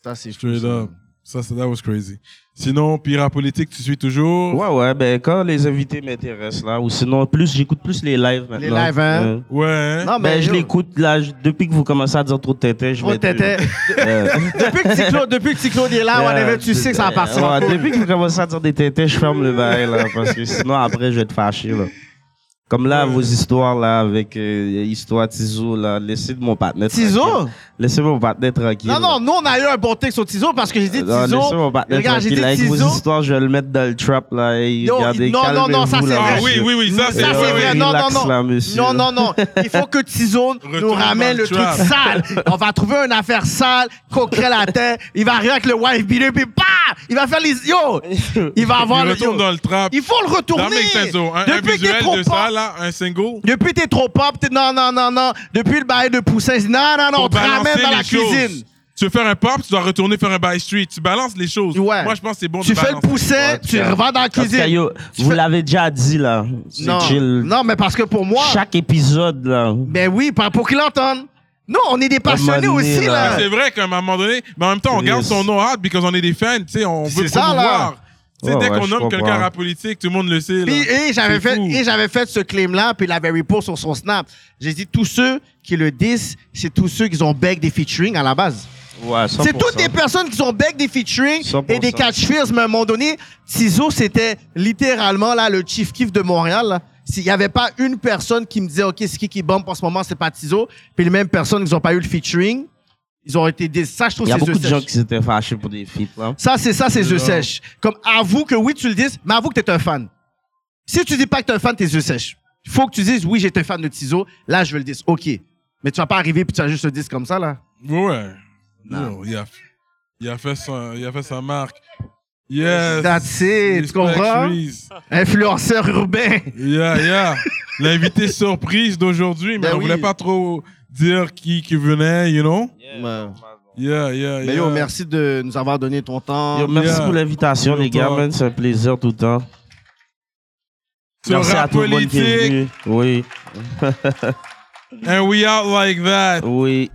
ça c'est fou. Straight ça. up. Ça, ça, that was crazy. Sinon, Pirate Politique, tu suis toujours. Ouais, ouais, ben, quand les invités m'intéressent, là, ou sinon, plus, j'écoute plus les lives maintenant. Les lives, hein? Ouais. Ouais. hein? Non, Ben, je yo, l'écoute, là, je- depuis que vous commencez à dire trop de tétés, je trop vais être- t'étais- Euh, Depuis que Cyclo- depuis que Cyclo est là, euh, whatever, tu sais que ça va partir. en ouais, couille. Depuis que vous commencez à dire des tétés, je ferme le bail, là, parce que sinon, après, je vais être fâché, là. Comme là, vos histoires là, avec euh, histoire Tizo, là, laissez mon partenaire tranquille. Tizo? Laissez mon partenaire tranquille. Non, non, là. nous, on a eu un bon texte sur Tizo parce que j'ai dit Euh, non, laissez Tizo. mon partenaire Regarde, j'ai tranquille. dit Avec Tizo. vos histoires, je vais le mettre dans le trap là. Et Yo, regardez, non, non, non, ça, calmez-vous, c'est là, vrai. Ah monsieur. oui, oui, oui, ça c'est Ça, Euh, vrai. c'est vrai. Non, relax, non, non. là, monsieur. Non, non, non. Il faut que Tizo nous dans ramène le le truc trap. sale. On va trouver une affaire sale, coquerelle la tête. Il va arriver avec le wife beater, puis bah! Il va faire les. Yo! Il va avoir Il le. retourne Yo. dans le trap. Il faut le retourner. Ça make sense, oh. Un, un Depuis qu'il est visuel trop de ça, pop. là, un single. Depuis t'es trop pop, t'es non, non, non, non. Depuis le bail de Poussin, c'est non, non, non, on pour te ramène balancer dans la les choses. cuisine. Tu veux faire un pop, tu dois retourner faire un by street. Tu balances les choses. Ouais. Moi, je pense que c'est bon Tu de fais le balancer. Poussin, tu cas- revends dans la En tout cas, cuisine. yo, vous fais- l'avez déjà dit là. C'est Non, chill. non, mais parce que pour moi, Chaque épisode là. ben oui, pas- pour qu'ils l'entendent. Non, on est des passionnés moment donné, aussi, là. là. C'est vrai qu'à un moment donné, mais en même temps, on Chris. garde son nom hard parce qu'on est des fans, tu sais, on veut C'est ça, promouvoir. Tu sais, Ouais, dès ouais, qu'on je nomme quelqu'un comprends. à la politique, tout le monde le sait. Puis, là. et j'avais C'est fait, fou. et j'avais fait ce claim-là, puis il avait repos sur son snap. J'ai dit, tous ceux qui le disent, c'est tous ceux qui ont bec des featuring à la base. Ouais, 100%. C'est toutes des personnes qui ont bec des featuring 100%. et des catchphrases, mais à un moment donné, Tizo, c'était littéralement là, le chief kiff de Montréal. là. S'il n'y avait pas une personne qui me disait, OK, c'est qui qui bombe en ce moment, c'est pas Tizo. Puis les mêmes personnes, ils ont pas eu le featuring. Ils ont été des. Ça, je trouve Il y a c'est eux beaucoup de sèches. gens qui s'étaient fâchés pour des feats là. Ça, c'est ça, c'est yeux sèches. Comme avoue que oui, tu le dises, mais avoue que t'es un fan. Si tu dis pas que t'es un fan, tes yeux sèches. Faut que tu dises, oui, j'étais fan de Tizo, là, je veux le dire. OK. Mais tu vas pas arriver puis tu vas juste le dire comme ça, là. Ouais. Yo, il, a, il a fait son- il a fait sa marque. Euh, Yes. That's it, tu Respect, comprends? Reese. Influenceur urbain. Yeah, yeah. L'invité surprise d'aujourd'hui, mais Ben on oui. voulait pas trop dire qui, qui venait, you know? Yeah, yeah, yeah. Mais Ben yo, merci de nous avoir donné ton temps. Yo, merci Yeah. pour l'invitation, les gars, Yo, man. C'est un plaisir tout le temps. Sur merci à rap tout le monde qui est politique, venu. Oui, and we out like that. oui.